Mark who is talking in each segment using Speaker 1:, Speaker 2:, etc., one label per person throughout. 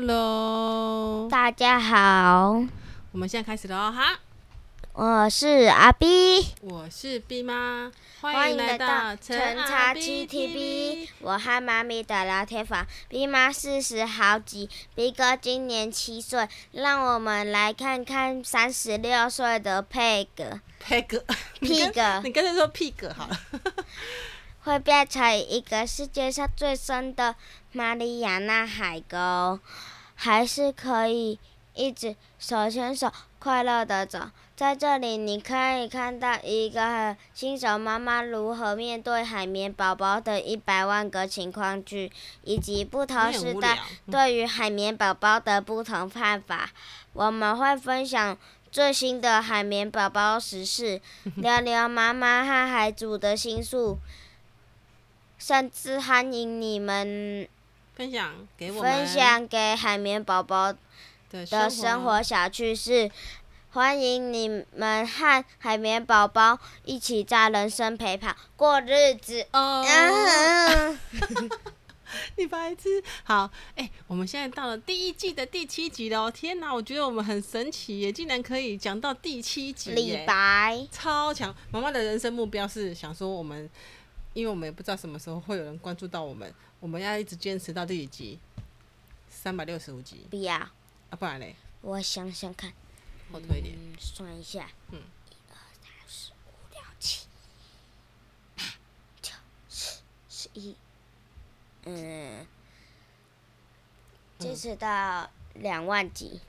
Speaker 1: Hello，
Speaker 2: 大家好，
Speaker 1: 我们现在开始了哦哈！
Speaker 2: 我是阿 B，
Speaker 1: 我是 B 妈，
Speaker 2: 欢
Speaker 1: 欢
Speaker 2: 迎
Speaker 1: 迎来
Speaker 2: 来
Speaker 1: 到
Speaker 2: 到
Speaker 1: 陈
Speaker 2: 陈
Speaker 1: 茶
Speaker 2: 茶
Speaker 1: G
Speaker 2: G
Speaker 1: T
Speaker 2: TV
Speaker 1: B。。
Speaker 2: 我和妈咪的聊天房，B 妈四十好几，B 哥今年七岁，让我们来看看三十六岁的佩格
Speaker 1: Pig，你刚
Speaker 2: Pig
Speaker 1: 你刚才说 Pig 好了。
Speaker 2: 会变成一个世界上最深的马里亚纳海沟，还是可以一直手牵手快乐的走。在这里，你可以看到一个新手妈妈如何面对海绵宝宝的一百万个情况剧，以及不同
Speaker 1: 你很
Speaker 2: 时
Speaker 1: 无
Speaker 2: 代
Speaker 1: 聊嗯
Speaker 2: 对于海绵宝宝的不同看法。我们会分享最新的海绵宝宝时 事，聊聊妈妈和孩子的心术，甚至欢迎你们
Speaker 1: 分享给我们
Speaker 2: 分享给海绵宝宝
Speaker 1: 的
Speaker 2: 的生活小趣事。欢迎你们和海绵宝宝一起在人生陪跑过日子。
Speaker 1: 哦。
Speaker 2: 嗯，
Speaker 1: 你白痴！好，哎、我们现在到了第一季的第七集了哦。天哪，我觉得我们很神奇耶，竟然可以讲到第七集
Speaker 2: 李
Speaker 1: 耶，
Speaker 2: 白，
Speaker 1: 超强！妈妈的人生目标是想说我们，因为我们也不知道什么时候会有人关注到我们，我们要一直坚持到第几集？三百六十五集
Speaker 2: 不要，
Speaker 1: 啊，不然嘞，
Speaker 2: 我想想看，
Speaker 1: 后退一点。
Speaker 2: 嗯，算一下，
Speaker 1: 嗯
Speaker 2: 一二三四五六七八九十十一，嗯，坚持到两万集，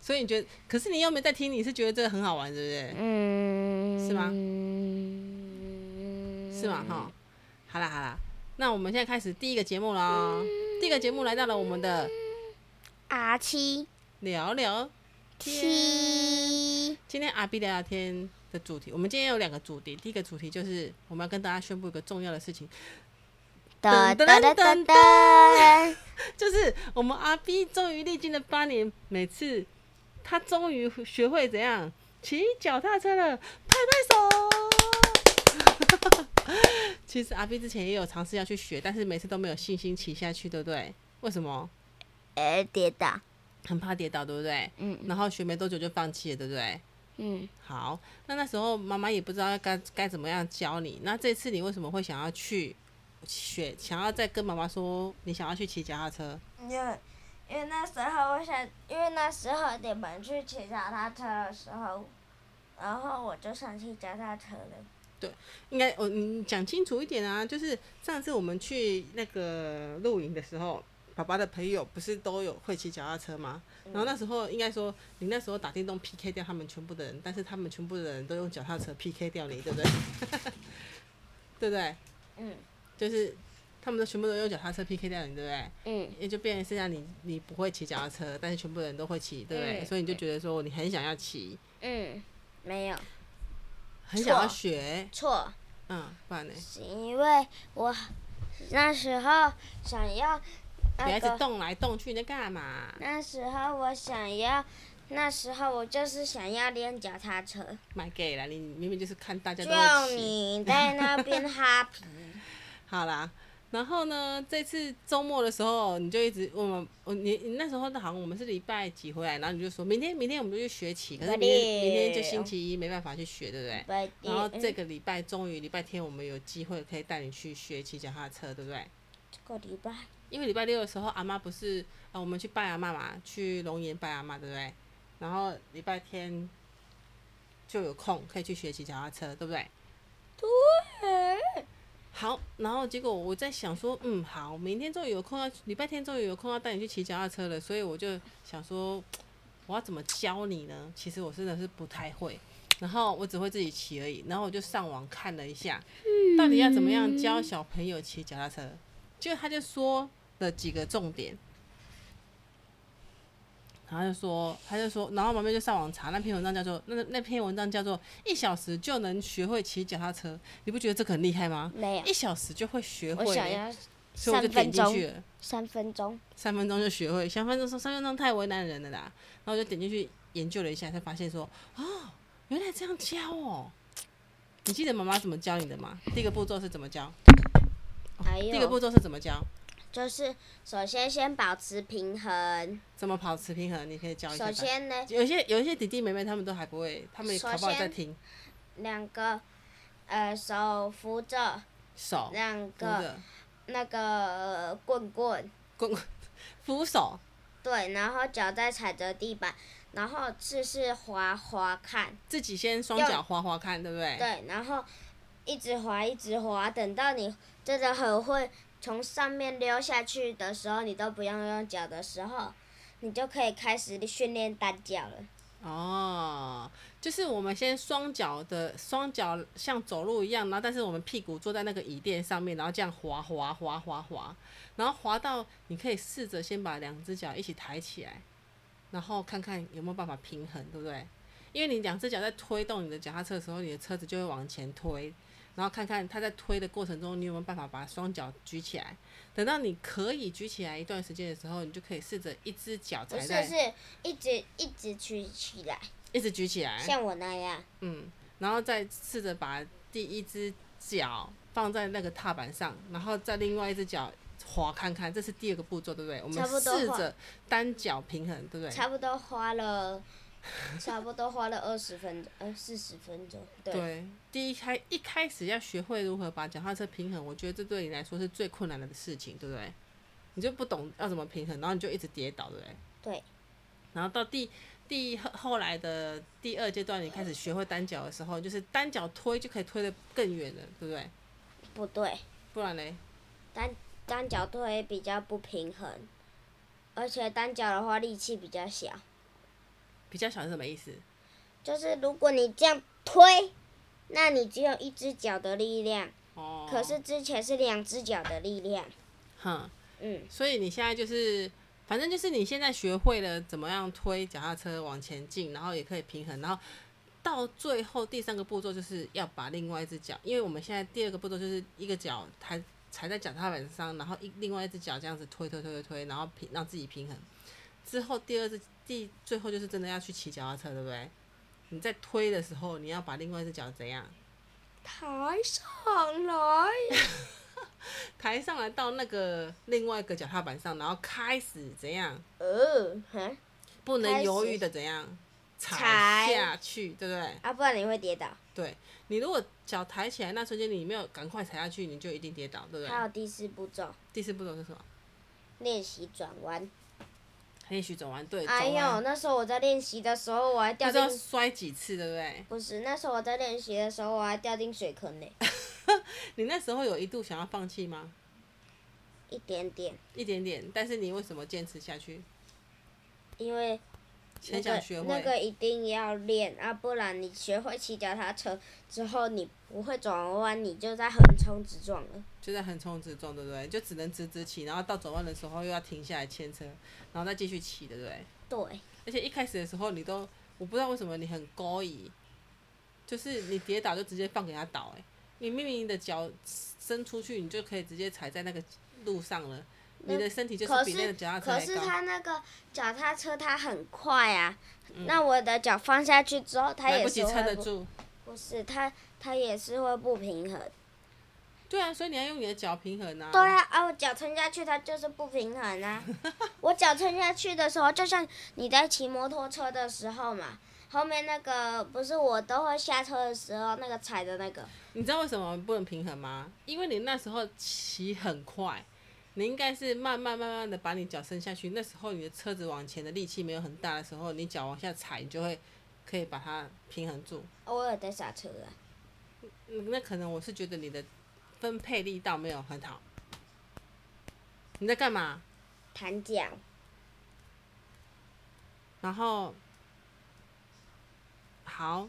Speaker 1: 所以你觉得，可是你又没在听，你是觉得这个很好玩，对不
Speaker 2: 嗯，
Speaker 1: 是吗
Speaker 2: 嗯
Speaker 1: 对？是吗？哈，好啦好啦，那我们现在开始第一个节目啦。第一个节目来到了我们的
Speaker 2: ，R 七
Speaker 1: 聊聊
Speaker 2: 七，
Speaker 1: 今天阿 B 聊聊天的主题，我们今天有两个主题。第一个主题就是我们要跟大家宣布一个重要的事情，
Speaker 2: 噔
Speaker 1: 噔噔
Speaker 2: 噔
Speaker 1: 噔
Speaker 2: 噔噔噔，
Speaker 1: 就是我们阿 B 终于历经了八年，每次他终于学会怎样骑脚踏车了，拍拍手。 其实阿 B 之前也有尝试要去学，但是每次都没有信心骑下去，对不对？为什么？
Speaker 2: 哎，跌倒，
Speaker 1: 很怕跌倒，对不对？
Speaker 2: 嗯
Speaker 1: 然后学没多久就放弃了，对不对？
Speaker 2: 嗯，
Speaker 1: 好，那那时候妈妈也不知道该该怎么样教你。那这次你为什么会想要去学，想要再跟妈妈说你想要去骑脚踏车？
Speaker 2: 因为因为那时候我想，因为那时候你们去骑脚踏车的时候，然后我就想骑脚踏车了。
Speaker 1: 应该我你讲清楚一点啊！就是上次我们去那个露营的时候，爸爸的朋友不是都有会骑脚踏车吗？
Speaker 2: 嗯
Speaker 1: 然后那时候应该说你那时候打电动 PK 掉他们全部的人，但是他们全部的人都用脚踏车 PK 掉你，对不对？ 对不对？
Speaker 2: 嗯
Speaker 1: 就是他们都全部都用脚踏车 PK 掉你，对不对？
Speaker 2: 嗯
Speaker 1: 也就变成剩下你，你不会骑脚踏车，但是全部人都会骑，对不对？
Speaker 2: 嗯
Speaker 1: 所以你就觉得说你很想要骑，
Speaker 2: 嗯，没有
Speaker 1: 很想要
Speaker 2: 错
Speaker 1: 学，
Speaker 2: 错，
Speaker 1: 嗯，不然呢？
Speaker 2: 是因为我那时候想要
Speaker 1: 你
Speaker 2: 那
Speaker 1: 还是
Speaker 2: 个，
Speaker 1: 动来动去，你在干嘛？
Speaker 2: 那时候我想要，那时候我就是想要练脚踏车，
Speaker 1: 买给了你，明明就是看大家
Speaker 2: 就
Speaker 1: 都会骑。
Speaker 2: 你在那边哈皮。
Speaker 1: 好啦，然后呢，这次周末的时候，你就一直问我，我你你那时候好像我们是礼拜几回来，然后你就说明天明天我们就去学骑，可是明天明天就星期一没办法去学，对不对？
Speaker 2: 对
Speaker 1: 然后这
Speaker 2: 嗯
Speaker 1: 个礼拜终于礼拜天我们有机会可以带你去学骑脚踏车，对不对？
Speaker 2: 这个礼拜，
Speaker 1: 因为礼拜六的时候，阿妈不是啊、呃我们去拜阿妈嘛，去龙岩拜阿妈，对不对？然后礼拜天就有空可以去学骑脚踏车，对不对？
Speaker 2: 对。
Speaker 1: 好，然后结果我在想说，嗯，好，明天终于有空要，礼拜天终于有空要带你去骑脚踏车了，所以我就想说，我要怎么教你呢？其实我真的是不太会，然后我只会自己骑而已。然后我就上网看了一下，到底要怎么样教小朋友骑脚踏车？就他就说了几个重点，然后他就说，他就说，然后妈妈就上网查那篇文章叫做那那篇文章叫做一小时就能学会骑脚踏车，你不觉得这个很厉害吗？
Speaker 2: 没有，
Speaker 1: 一小时就会学会
Speaker 2: 我想
Speaker 1: 了，
Speaker 2: 要
Speaker 1: 所以我就点
Speaker 2: 三分
Speaker 1: 进
Speaker 2: 钟
Speaker 1: 去了，
Speaker 2: 三分钟。
Speaker 1: 三分钟就学会。三分钟说三分钟太为难人了啦，然后我就点进去研究了一下，才发现说，哦，原来这样教哦。你记得妈妈怎么教你的吗？第一个步骤是怎么教？
Speaker 2: 还有
Speaker 1: 第一个步骤是怎么教？
Speaker 2: 就是首先先保持平衡。
Speaker 1: 怎么保持平衡？你可以教一下吧。
Speaker 2: 首先呢，
Speaker 1: 有一些有一些弟弟妹妹他们都还不会，他们
Speaker 2: 首
Speaker 1: 考不好
Speaker 2: 先
Speaker 1: 在听
Speaker 2: 两个呃手扶着
Speaker 1: 手
Speaker 2: 两
Speaker 1: 扶
Speaker 2: 个
Speaker 1: 着
Speaker 2: 那个棍棍，
Speaker 1: 滚 扶手，
Speaker 2: 对，然后脚在踩着地板，然后试试滑滑看，
Speaker 1: 自己先双
Speaker 2: 用
Speaker 1: 脚滑滑看，对不对？
Speaker 2: 对，然后一直滑一直滑，等到你真的很会从上面溜下去的时候，你都不用用脚的时候，你就可以开始训练单脚了。
Speaker 1: 哦，就是我们先双脚的双脚像走路一样，然后但是我们屁股坐在那个椅垫上面，然后这样滑滑滑滑滑，然后滑到你可以试着先把两只脚一起抬起来，然后看看有没有办法平衡，对不对？因为你两只脚在推动你的脚踏车的时候，你的车子就会往前推，然后看看它在推的过程中，你有没有办法把双脚举起来。等到你可以举起来一段时间的时候，你就可以试着一只脚
Speaker 2: 不
Speaker 1: 踩
Speaker 2: 是，
Speaker 1: 在，
Speaker 2: 是一直一直举起来，
Speaker 1: 一直举起来，
Speaker 2: 像我那样。
Speaker 1: 嗯，然后再试着把第一只脚放在那个踏板上，然后再另外一只脚滑看看，这是第二个步骤，对不对？我们
Speaker 2: 差不多
Speaker 1: 试
Speaker 2: 滑
Speaker 1: 着单脚平衡，对不对？
Speaker 2: 差不多花了， 差不多花了二十分钟，呃，四十分钟。对，
Speaker 1: 对，第一开一开始要学会如何把脚踏车平衡，我觉得这对你来说是最困难的事情，对不对？你就不懂要怎么平衡，然后你就一直跌倒，对不对？
Speaker 2: 对。
Speaker 1: 然后到第第后后来的第二阶段，你开始学会单脚的时候，就是单脚推就可以推得更远了，对不对？
Speaker 2: 不对，
Speaker 1: 不然嘞，
Speaker 2: 单单脚推比较不平衡，而且单脚的话力气比较小。
Speaker 1: 比较小是什么意思？
Speaker 2: 就是如果你这样推，那你只有一只脚的力量，
Speaker 1: 哦，
Speaker 2: 可是之前是两只脚的力量。
Speaker 1: 哼，
Speaker 2: 嗯，
Speaker 1: 所以你现在就是，反正就是你现在学会了怎么样推脚踏车往前进，然后也可以平衡，然后到最后第三个步骤就是要把另外一只脚，因为我们现在第二个步骤就是一个脚抬踩在脚踏板上，然后一另外一只脚这样子推推推推推，然后平让自己平衡。之后第二只第最后就是真的要去骑脚踏车，对不对？你在推的时候，你要把另外一只脚怎样
Speaker 2: 抬上来。
Speaker 1: 抬上来到那个另外一个脚踏板上，然后开始怎样
Speaker 2: 呃，哼，
Speaker 1: 不能
Speaker 2: 开
Speaker 1: 犹
Speaker 2: 始
Speaker 1: 豫的怎样踩
Speaker 2: 踩
Speaker 1: 下去，对不对？
Speaker 2: 啊，不然你会跌倒。
Speaker 1: 对你如果脚抬起来那瞬间你没有赶快踩下去，你就一定跌倒，对不
Speaker 2: 还
Speaker 1: 对？
Speaker 2: 有第四步骤，
Speaker 1: 第四步骤是什么？
Speaker 2: 练习转弯。
Speaker 1: 也许走完对，
Speaker 2: 哎
Speaker 1: 走
Speaker 2: 呦，
Speaker 1: 完
Speaker 2: 那时候我在练习的时候，我还
Speaker 1: 啊不
Speaker 2: 掉
Speaker 1: 知道
Speaker 2: 进
Speaker 1: 摔几次，对不对？
Speaker 2: 不是，那时候我在练习的时候，我还掉进水坑呢，
Speaker 1: 你那时候有一度想要放弃吗？
Speaker 2: 一点点，
Speaker 1: 一点点，但是你为什么坚持下去？
Speaker 2: 因为那
Speaker 1: 很想
Speaker 2: 个
Speaker 1: 学会，
Speaker 2: 那个一定要练啊，不然你学会骑脚踏车之后，你不会转弯，你就在横冲直撞了。
Speaker 1: 就在横冲直撞，对不对？就只能直直骑，然后到转弯的时候又要停下来牵车，然后再继续骑，对不对？
Speaker 2: 对，
Speaker 1: 而且一开始的时候，你都我不知道为什么你很高移，就是你跌倒就直接放给他倒、欸，你明明你的脚伸出去，你就可以直接踩在那个路上了，
Speaker 2: 那
Speaker 1: 你的身体就是
Speaker 2: 嗯可
Speaker 1: 比那个
Speaker 2: 是
Speaker 1: 脚踏车
Speaker 2: 可
Speaker 1: 还
Speaker 2: 是
Speaker 1: 高。
Speaker 2: 他那个脚踏车它很快啊，那我的脚放下去之后，它
Speaker 1: 嗯来
Speaker 2: 也
Speaker 1: 不
Speaker 2: 是
Speaker 1: 及撑
Speaker 2: 会
Speaker 1: 得
Speaker 2: 不
Speaker 1: 住，
Speaker 2: 不是它它也是会不平衡。
Speaker 1: 对啊，所以你要用你的脚平衡啊。
Speaker 2: 对啊，啊，我脚撑下去，它就是不平衡啊。我脚撑下去的时候，就像你在骑摩托车的时候嘛，后面那个不是我都会下车的时候，那个踩的那个，
Speaker 1: 你知道为什么不能平衡吗？因为你那时候骑很快，你应该是慢慢慢慢的把你脚伸下去。那时候你的车子往前的力气没有很大的时候，你脚往下踩，你就会可以把它平衡住。
Speaker 2: 偶尔在刹车啊。
Speaker 1: 嗯那可能我是觉得你的分配力道没有很好。你在干嘛？
Speaker 2: 弹脚，
Speaker 1: 然后，好，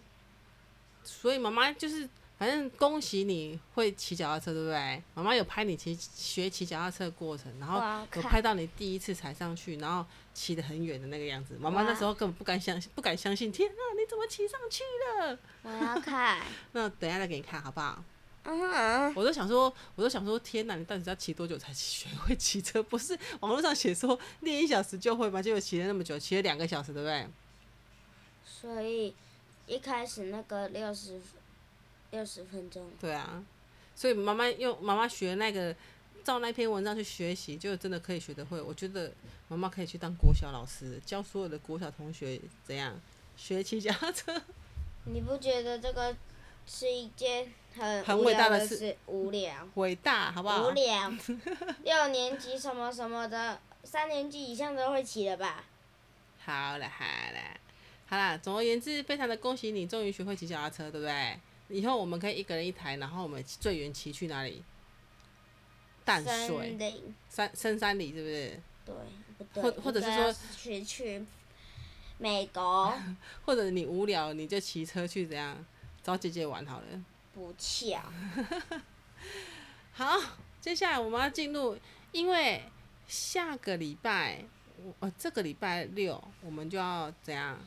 Speaker 1: 所以妈妈就是，反正恭喜你会骑脚踏车，对不对？妈妈有拍你骑学骑脚踏车的过程，然后
Speaker 2: 哇
Speaker 1: 有
Speaker 2: 看
Speaker 1: 拍到你第一次踩上去，然后骑得很远的那个样子。妈妈那
Speaker 2: 哇
Speaker 1: 时候根本不敢相信，不敢相信，天啊，你怎么骑上去了？
Speaker 2: 我要看。
Speaker 1: 那等一下再给你看好不好？
Speaker 2: 嗯，
Speaker 1: 我都想说，我都想说，天哪，你到底要骑多久才学会骑车？不是网络上写说练一小时就会吗？结果骑了那么久，骑了两个小时，对不对？
Speaker 2: 所以一开始那个六十六十分钟，
Speaker 1: 对啊，所以妈妈用妈妈学那个照那篇文章去学习，就真的可以学得会。我觉得妈妈可以去当国小老师，教所有的国小同学怎样学骑脚踏车。
Speaker 2: 你不觉得这个是一件很
Speaker 1: 很
Speaker 2: 无
Speaker 1: 伟
Speaker 2: 聊
Speaker 1: 大的
Speaker 2: 的
Speaker 1: 事？
Speaker 2: 无聊，
Speaker 1: 伟大，好不好
Speaker 2: 无？聊。六年级什么什么的，三年级以上都会骑了吧？
Speaker 1: 好啦，好啦，好啦。总而言之，非常的恭喜你，终于学会骑脚踏车，对不对？以后我们可以一个人一台，然后我们最远骑去哪里？淡水
Speaker 2: 森林，
Speaker 1: 山深山里，是不是？
Speaker 2: 对不对？
Speaker 1: 或或者是
Speaker 2: 一
Speaker 1: 说
Speaker 2: 个要去去美 国
Speaker 1: 或者你无聊，你就骑车去怎样找姐姐玩好了。
Speaker 2: 补翘，
Speaker 1: 好，接下来我们要进入，因为下个礼拜，我呃这个礼拜六我们就要怎样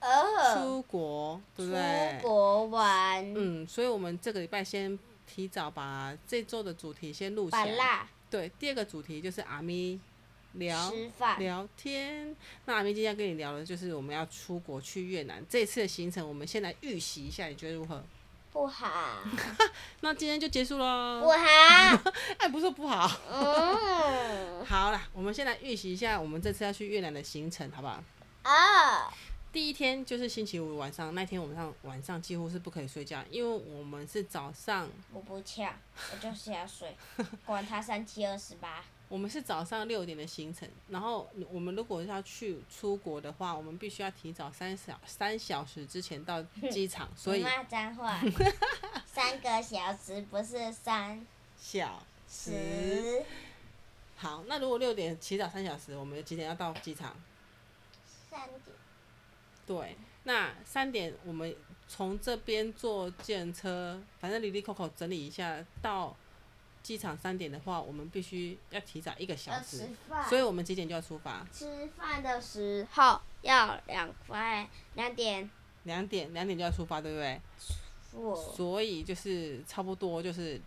Speaker 2: 呃，
Speaker 1: 出国，对
Speaker 2: 出
Speaker 1: 不对？
Speaker 2: 国玩，
Speaker 1: 嗯，所以我们这个礼拜先提早把这周的主题先录起
Speaker 2: 把
Speaker 1: 来。
Speaker 2: 辣
Speaker 1: 对，第二个主题就是阿咪聊
Speaker 2: 吃饭，
Speaker 1: 聊天。那阿咪今天要跟你聊的就是我们要出国去越南这次的行程，我们先来预习一下，你觉得如何？
Speaker 2: 不好，
Speaker 1: 那今天就结束
Speaker 2: 不
Speaker 1: 喽。
Speaker 2: 好，
Speaker 1: 哎，不是说不好。
Speaker 2: 嗯，
Speaker 1: 好啦，我们先来预习一下我们这次要去越南的行程，好不好？
Speaker 2: 啊，
Speaker 1: 第一天就是星期五晚上，那天晚上晚上几乎是不可以睡觉，因为我们是早上，
Speaker 2: 我不翘，我就是要睡，管他三七二十八，
Speaker 1: 我们是早上六点的行程，然后我们如果要去出国的话，我们必须要提早三小三小时之前到机场，所
Speaker 2: 不
Speaker 1: 以
Speaker 2: 骂 脏话，三个小时不是三
Speaker 1: 小时
Speaker 2: 十，
Speaker 1: 好。那如果六点起早三小时，我们几点要到机场？
Speaker 2: 三点，
Speaker 1: 对，那三点我们从这边坐计程车，反正 Lily Coco 整理一下，到机场三点的话，我们必须要提早一个小
Speaker 2: 要
Speaker 1: 时
Speaker 2: 吃，饭
Speaker 1: 所。以我们几点就要出发？
Speaker 2: 吃饭的时候要两块两点
Speaker 1: 两点，两点就要出发，对不对？
Speaker 2: 五，
Speaker 1: 所以就是差不多就是，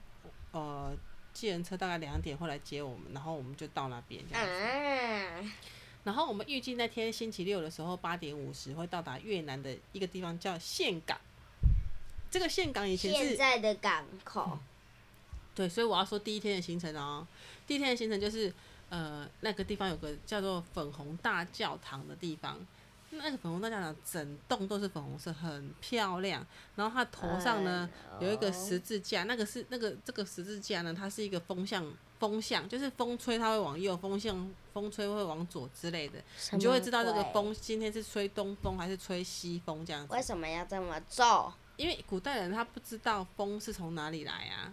Speaker 1: 呃，计程车大概两点会来接我们，然后我们就到那边这样子。
Speaker 2: 啊，
Speaker 1: 然后我们预计那天星期六的时候八点五十会到达越南的一个地方叫岘港，这个岘港以前是
Speaker 2: 啊现在的港口
Speaker 1: 对，所以我要说第一天的行程哦。第一天的行程就是，呃，那个地方有个叫做粉红大教堂的地方，那个粉红大教堂整栋都是粉红色，很漂亮。然后它头上
Speaker 2: 嗯
Speaker 1: 呢、有
Speaker 2: 哦
Speaker 1: 一个十字架，那个是那个这个十字架呢，它是一个风向，风向就是风吹它会往右，风向风吹会往左之类的，你就会知道这个。
Speaker 2: 什么
Speaker 1: 风今天是吹东风还是吹西风这样子
Speaker 2: 鬼为。什么要这么做？
Speaker 1: 因为古代人他不知道风是从哪里来啊，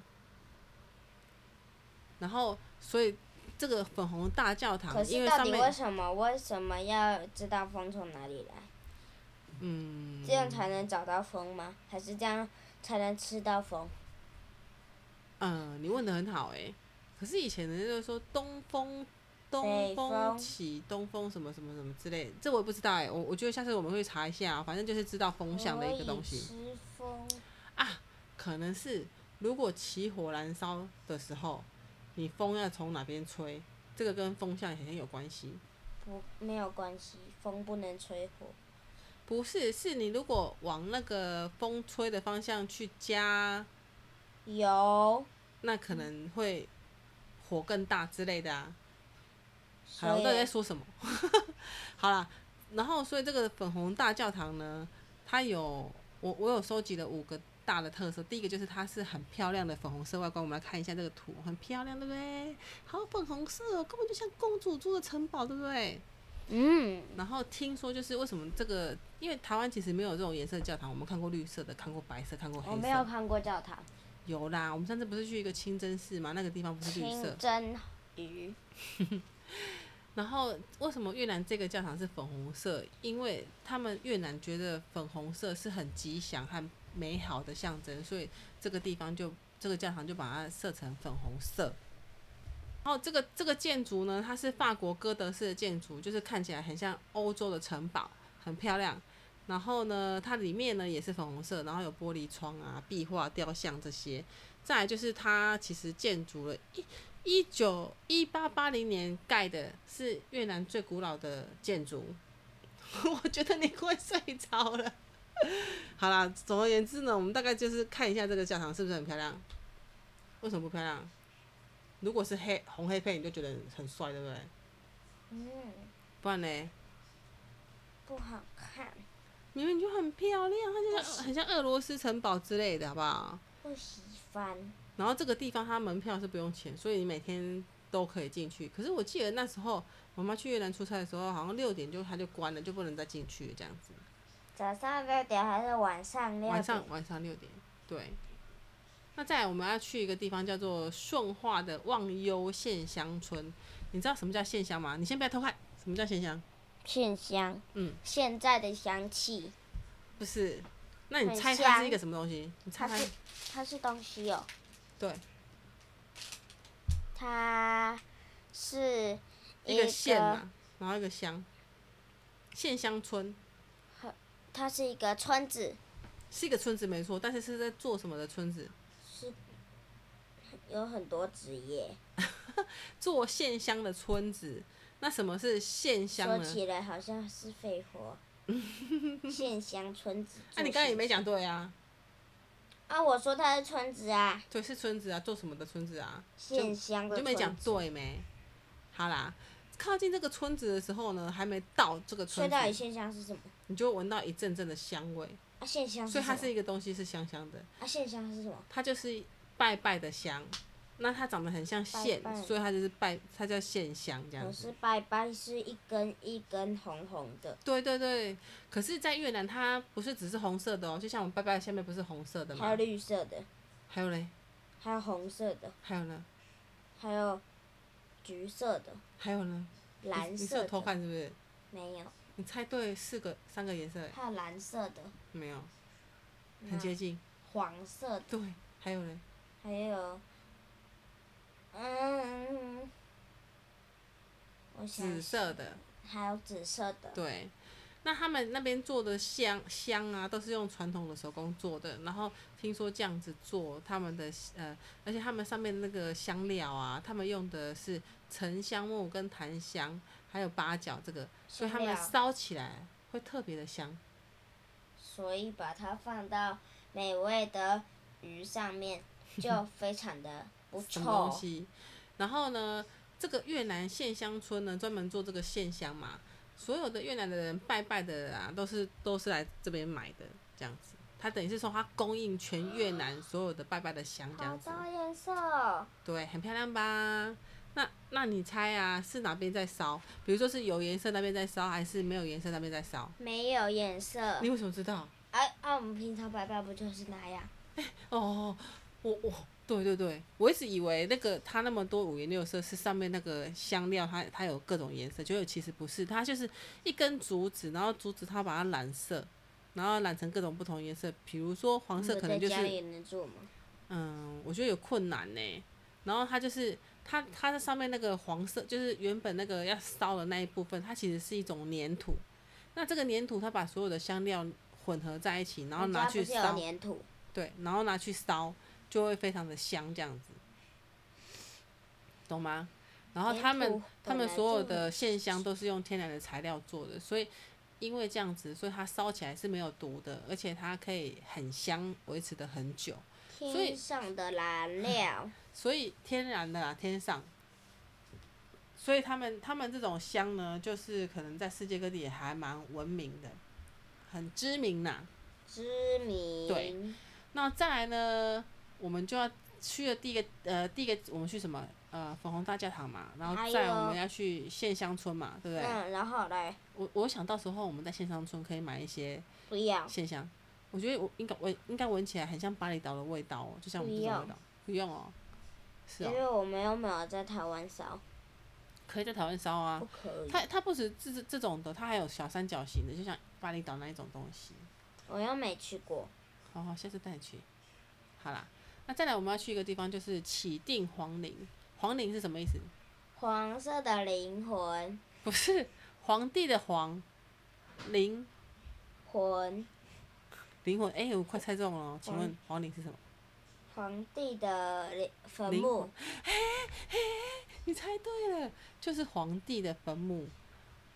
Speaker 1: 然后所以这个粉红大教堂
Speaker 2: 可，
Speaker 1: 因
Speaker 2: 是
Speaker 1: 为
Speaker 2: 到
Speaker 1: 上
Speaker 2: 底为
Speaker 1: 面
Speaker 2: 什么为什么要知道风从哪里来？
Speaker 1: 嗯
Speaker 2: 这样才能找到风吗？还是这样才能吃到风？
Speaker 1: 嗯，你问的很好哎、可是以前人就是说东风东
Speaker 2: 北
Speaker 1: 风
Speaker 2: 风
Speaker 1: 起，东风什么什么什么之类的，这我也不知道哎、我我觉得下次我们会查一下、反正就是知道风向的一个东
Speaker 2: 我以
Speaker 1: 西，
Speaker 2: 吃风
Speaker 1: 可能是如果起火燃烧的时候，你风要从哪边吹，这个跟风向很有关系。
Speaker 2: 不没有关系，风不能吹火。
Speaker 1: 不是，是你如果往那个风吹的方向去加，
Speaker 2: 有，
Speaker 1: 那可能会火更大之类的啊。好了，
Speaker 2: 所
Speaker 1: 我到底在
Speaker 2: 以
Speaker 1: 说什么？ 好啦，然后所以这个粉红大教堂呢，它有我我有收集了五个大的特色。第一个就是它是很漂亮的粉红色外观，我们来看一下这个图，很漂亮，对不对？好粉红色哦，根本就像公主住的城堡，对不对？
Speaker 2: 嗯，
Speaker 1: 然后听说就是为什么这个，因为台湾其实没有这种颜色的教堂，我们看过绿色的，看过白色，看过黑色。
Speaker 2: 我没有看过教堂。
Speaker 1: 有啦，我们上次不是去一个清真寺嘛，那个地方不是绿色
Speaker 2: 清。蒸鱼，
Speaker 1: 然后为什么越南这个教堂是粉红色？因为他们越南觉得粉红色是很吉祥和美好的象征，所以这个地方就这个教堂就把它设成粉红色。然后这个这个建筑呢，它是法国哥德式的建筑，就是看起来很像欧洲的城堡，很漂亮。然后呢，它里面呢也是粉红色，然后有玻璃窗啊、壁画、雕像这些。再来就是它其实建筑了一一九一八八零年盖的，是越南最古老的建筑。 我觉得你快睡着了。 好啦，总而言之呢，我们大概就是看一下这个教堂是不是很漂亮。为什么不漂亮？如果是黑红黑配，你就觉得很帅，对不对？
Speaker 2: 嗯，
Speaker 1: 不然呢？
Speaker 2: 不好看，
Speaker 1: 明明就很漂亮，它就像很像俄罗斯城堡之类的，好不好？
Speaker 2: 不喜欢。
Speaker 1: 然后这个地方它门票是不用钱，所以你每天都可以进去。可是我记得那时候妈妈去越南出差的时候，好像六点就它就关了，就不能再进去了这样子。
Speaker 2: 早上六点还是晚上六点？
Speaker 1: 晚上晚上六点，对。那再来，我们要去一个地方叫做顺化的忘忧县乡村。你知道什么叫县乡吗？你先不要偷看，什么叫县乡？
Speaker 2: 现香，
Speaker 1: 嗯，
Speaker 2: 现在的香气，
Speaker 1: 不是。那你
Speaker 2: 很
Speaker 1: 猜它
Speaker 2: 香
Speaker 1: 是一个什么东西？你猜
Speaker 2: 它
Speaker 1: 它
Speaker 2: 是它是东西哦，
Speaker 1: 对
Speaker 2: 它是
Speaker 1: 一个县嘛，然后一个乡，县乡村
Speaker 2: 它是一个村子，
Speaker 1: 是一个村子没错，但是是在做什么的村子？
Speaker 2: 是有很多职业，
Speaker 1: 做线香的村子。那什么是线香
Speaker 2: 说
Speaker 1: 呢？
Speaker 2: 起来好像是废 话。现香村子，
Speaker 1: 啊，你刚才也没讲对啊，
Speaker 2: 啊，我说它是村子啊，
Speaker 1: 对，是村子啊，做什么的村子啊？
Speaker 2: 现香
Speaker 1: 你
Speaker 2: 的
Speaker 1: 就没讲
Speaker 2: 村子，
Speaker 1: 对没？好啦，靠近这个村子的时候呢，还没到这个村
Speaker 2: 所以到底
Speaker 1: 子，
Speaker 2: 现香是什么？
Speaker 1: 你就闻到一阵阵的香味，
Speaker 2: 啊，现香
Speaker 1: 所
Speaker 2: 是
Speaker 1: 以
Speaker 2: 什
Speaker 1: 它
Speaker 2: 么？
Speaker 1: 是一个东西是香香的，
Speaker 2: 啊，现香是什么？
Speaker 1: 它就是拜拜的香。那它长得很像线，
Speaker 2: 拜拜
Speaker 1: 所以它就是拜，它叫线香这样
Speaker 2: 可
Speaker 1: 子。
Speaker 2: 是拜拜是一根一根红红的，
Speaker 1: 对对对，可是，在越南它不是只是红色的哦，就像我们拜拜的下面不是红色的
Speaker 2: 还有
Speaker 1: 吗？
Speaker 2: 绿色的，
Speaker 1: 还有嘞，
Speaker 2: 还有红色的，
Speaker 1: 还有呢？
Speaker 2: 还有橘色的、
Speaker 1: 还有呢？你
Speaker 2: 蓝
Speaker 1: 你是有
Speaker 2: 色
Speaker 1: 偷
Speaker 2: 的，
Speaker 1: 看是不是？
Speaker 2: 没有，
Speaker 1: 你猜对四个三个颜色
Speaker 2: 还有蓝色的，
Speaker 1: 没
Speaker 2: 啊
Speaker 1: 有？很
Speaker 2: 那
Speaker 1: 接近。
Speaker 2: 黄色的，
Speaker 1: 对，还有嘞，
Speaker 2: 还有，嗯，我想
Speaker 1: 紫色的。
Speaker 2: 还有紫色的，
Speaker 1: 对，那他们那边做的香香啊，都是用传统的手工做的。然后听说这样子做，他们的呃，而且他们上面那个香料啊，他们用的是沉香木跟檀香，还有八角这个，所以他们
Speaker 2: 香料
Speaker 1: 烧起来会特别的香。
Speaker 2: 所以把它放到美味的鱼上面， 就非常的不
Speaker 1: 什么
Speaker 2: 臭
Speaker 1: 东。西。然后呢，这个越南线香村呢，专门做这个线香嘛，所有的越南的人拜拜的人啊，都是都是来这边买的这样子。它等于是说，它供应全越南所有的拜拜的香这
Speaker 2: 好
Speaker 1: 样子，
Speaker 2: 多颜色哦，
Speaker 1: 对，很漂亮吧？那那你猜啊，是哪边在烧？比如说是有颜色那边在烧，还是没有颜色那边在烧？
Speaker 2: 没有颜色。
Speaker 1: 你为什么知道？
Speaker 2: 哎、啊，我们平常拜拜不就是那样？
Speaker 1: 哦，我我对对对，我一直以为那个它那么多五颜六色是上面那个香料它，它有各种颜色，结果其实不是，它就是一根竹子，然后竹子它把它染色，然后染成各种不同颜色，比如说黄色可能就
Speaker 2: 嗯在家
Speaker 1: 是
Speaker 2: 里能做吗？
Speaker 1: 嗯，我觉得有困难呢、然后它就是它它在上面那个黄色，就是原本那个要烧的那一部分，它其实是一种粘土。那这个粘土，它把所有的香料混合在一起，然后
Speaker 2: 我
Speaker 1: 拿
Speaker 2: 家
Speaker 1: 去
Speaker 2: 不是有
Speaker 1: 烧。
Speaker 2: 粘土，
Speaker 1: 对，然后拿去烧，就会非常的香这样子，懂吗？然后
Speaker 2: 粘
Speaker 1: 他们
Speaker 2: 土
Speaker 1: 他们
Speaker 2: 哎本来
Speaker 1: 所有
Speaker 2: 就
Speaker 1: 的线香都是用天然的材料做的，所以因为这样子，所以它烧起来是没有毒的，而且它可以很香，维持的很久。所以
Speaker 2: 天上的燃料，
Speaker 1: 所以天然的啦，天上。所以他们他们这种香呢，就是可能在世界各地也还蛮闻名的，很知名呐、
Speaker 2: 知名。
Speaker 1: 对，那再来呢，我们就要去的第一个呃，第一个我们去什么？呃，粉红大教堂嘛，然后
Speaker 2: 还有
Speaker 1: 再来我们要去县乡村嘛，对不对？
Speaker 2: 嗯，然后嘞，
Speaker 1: 我我想到时候我们在县乡村可以买一些
Speaker 2: 不要，
Speaker 1: 线香，我觉得我应该闻应该闻起来很像巴厘岛的味道哦，就像我们这种味道，不用哦，是
Speaker 2: 因
Speaker 1: 哦，
Speaker 2: 为我们又没有在台湾烧，
Speaker 1: 可以在台湾烧啊
Speaker 2: 不。可以。
Speaker 1: 它它不止这这这种的，它还有小三角形的，就像巴厘岛那一种东西。
Speaker 2: 我又没去过，
Speaker 1: 好好，下次带你去。好啦，那再来我们要去一个地方，就是起定皇陵。皇陵是什么意思？
Speaker 2: 黄色的灵魂，
Speaker 1: 不是皇帝的皇，灵
Speaker 2: 魂，
Speaker 1: 灵魂。哎、我快猜中了哦。请
Speaker 2: 皇
Speaker 1: 问皇陵是什么？
Speaker 2: 皇帝的灵坟
Speaker 1: 灵
Speaker 2: 墓，
Speaker 1: 你猜对了，就是皇帝的坟墓。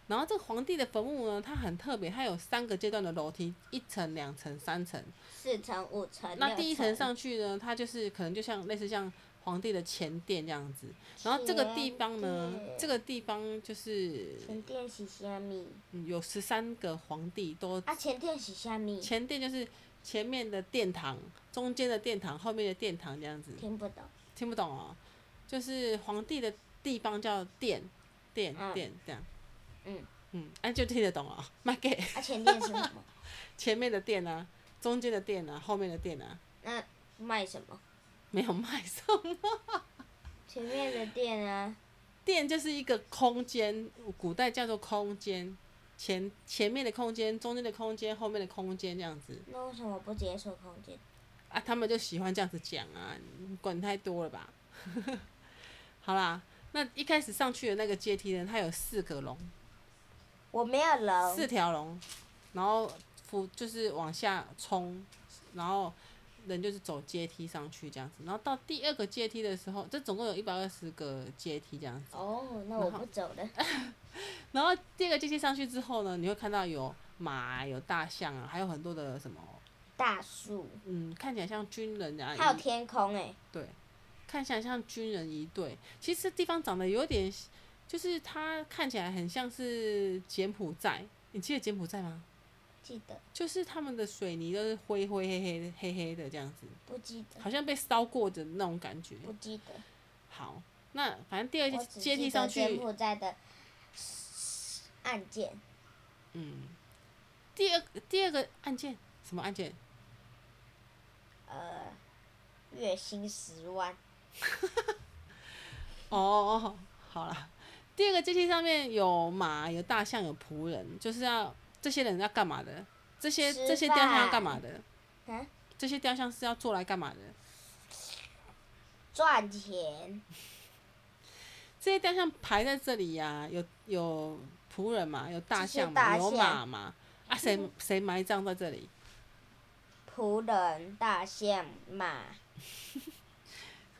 Speaker 1: 然后这个皇帝的坟墓呢，它很特别，它有三个阶段的楼梯，一层、两层、三层。
Speaker 2: 四层、五层、
Speaker 1: 那
Speaker 2: 六
Speaker 1: 第一层上去呢，它就是可能就像类似像皇帝的前殿这样子。然后这个地方呢
Speaker 2: 前，殿
Speaker 1: 这个地方就是、
Speaker 2: 前殿是虾米？
Speaker 1: 嗯有十三个皇帝都
Speaker 2: 啊，前殿是虾米？
Speaker 1: 前殿就是前面的殿堂，中间的殿堂，后面的殿堂这样子。
Speaker 2: 听不懂。
Speaker 1: 听不懂哦，就是皇帝的地方叫殿，殿
Speaker 2: 嗯
Speaker 1: 殿这样。
Speaker 2: 嗯
Speaker 1: 嗯，哎、就听得懂哦。卖给
Speaker 2: 啊，前殿是什么？
Speaker 1: 前面的殿啊，中间的殿啊，后面的殿啊，
Speaker 2: 那卖什么？
Speaker 1: 没有卖什么。
Speaker 2: 前面的店啊，
Speaker 1: 殿就是一个空间，古代叫做空间，前前面的空间，中间的空间，后面的空间这样子
Speaker 2: 那为什么不直接说空间？
Speaker 1: 啊，他们就喜欢这样子讲啊，你管太多了吧。 好啦，那一开始上去的那个阶梯呢，它有四个龙，
Speaker 2: 我没有楼。
Speaker 1: 四条龙，然后扶就是往下冲，然后人就是走阶梯上去这样子，然后到第二个阶梯的时候，这总共有一百二十个阶梯这样子，
Speaker 2: 哦，那我不走了。
Speaker 1: 然后第二个阶梯上去之后呢，你会看到有马、有大象啊，还有很多的什么，
Speaker 2: 大树，
Speaker 1: 嗯，看起来像军人啊，
Speaker 2: 还有天空哎、
Speaker 1: 对，看起来像军人一队。其实地方长得有点，就是它看起来很像是柬埔寨，你记得柬埔寨吗？
Speaker 2: 记得
Speaker 1: 就是他们的水泥都是灰灰黑黑的黑黑的这样子，
Speaker 2: 不记得？
Speaker 1: 好像被烧过的那种感觉。
Speaker 2: 不记得。
Speaker 1: 好，那反正第二
Speaker 2: 我只
Speaker 1: 阶梯
Speaker 2: 记
Speaker 1: 上
Speaker 2: 得柬
Speaker 1: 去，
Speaker 2: 埔寨的案件，
Speaker 1: 嗯，第二第二个按键什么按键？
Speaker 2: 呃，月薪十万，
Speaker 1: 哦哦， 哦好啦，第二个阶梯上面有马、有大象、有仆人，就是要这些人要干嘛的？这些
Speaker 2: 吃
Speaker 1: 这些雕像要干
Speaker 2: 饭
Speaker 1: 嘛的？
Speaker 2: 啊，
Speaker 1: 这些雕像是要做来干嘛的？
Speaker 2: 赚钱，
Speaker 1: 这些雕像排在这里呀、有有仆人嘛，有大
Speaker 2: 这些
Speaker 1: 象嘛，
Speaker 2: 大
Speaker 1: 有
Speaker 2: 象
Speaker 1: 马嘛，啊谁谁埋葬在这里？
Speaker 2: 仆人、大象、马，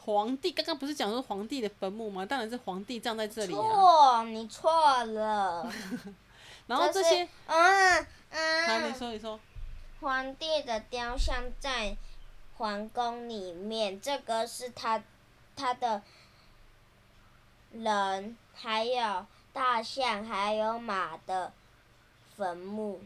Speaker 1: 皇帝刚刚不是讲说皇帝的坟墓吗？当然是皇帝葬在这里啊。
Speaker 2: 错，你错了。
Speaker 1: 然后这些
Speaker 2: 是，嗯
Speaker 1: 还没
Speaker 2: 嗯，
Speaker 1: 说，你说
Speaker 2: 皇帝的雕像在皇宫里面，这个是他他的人，还有大象，还有马的坟墓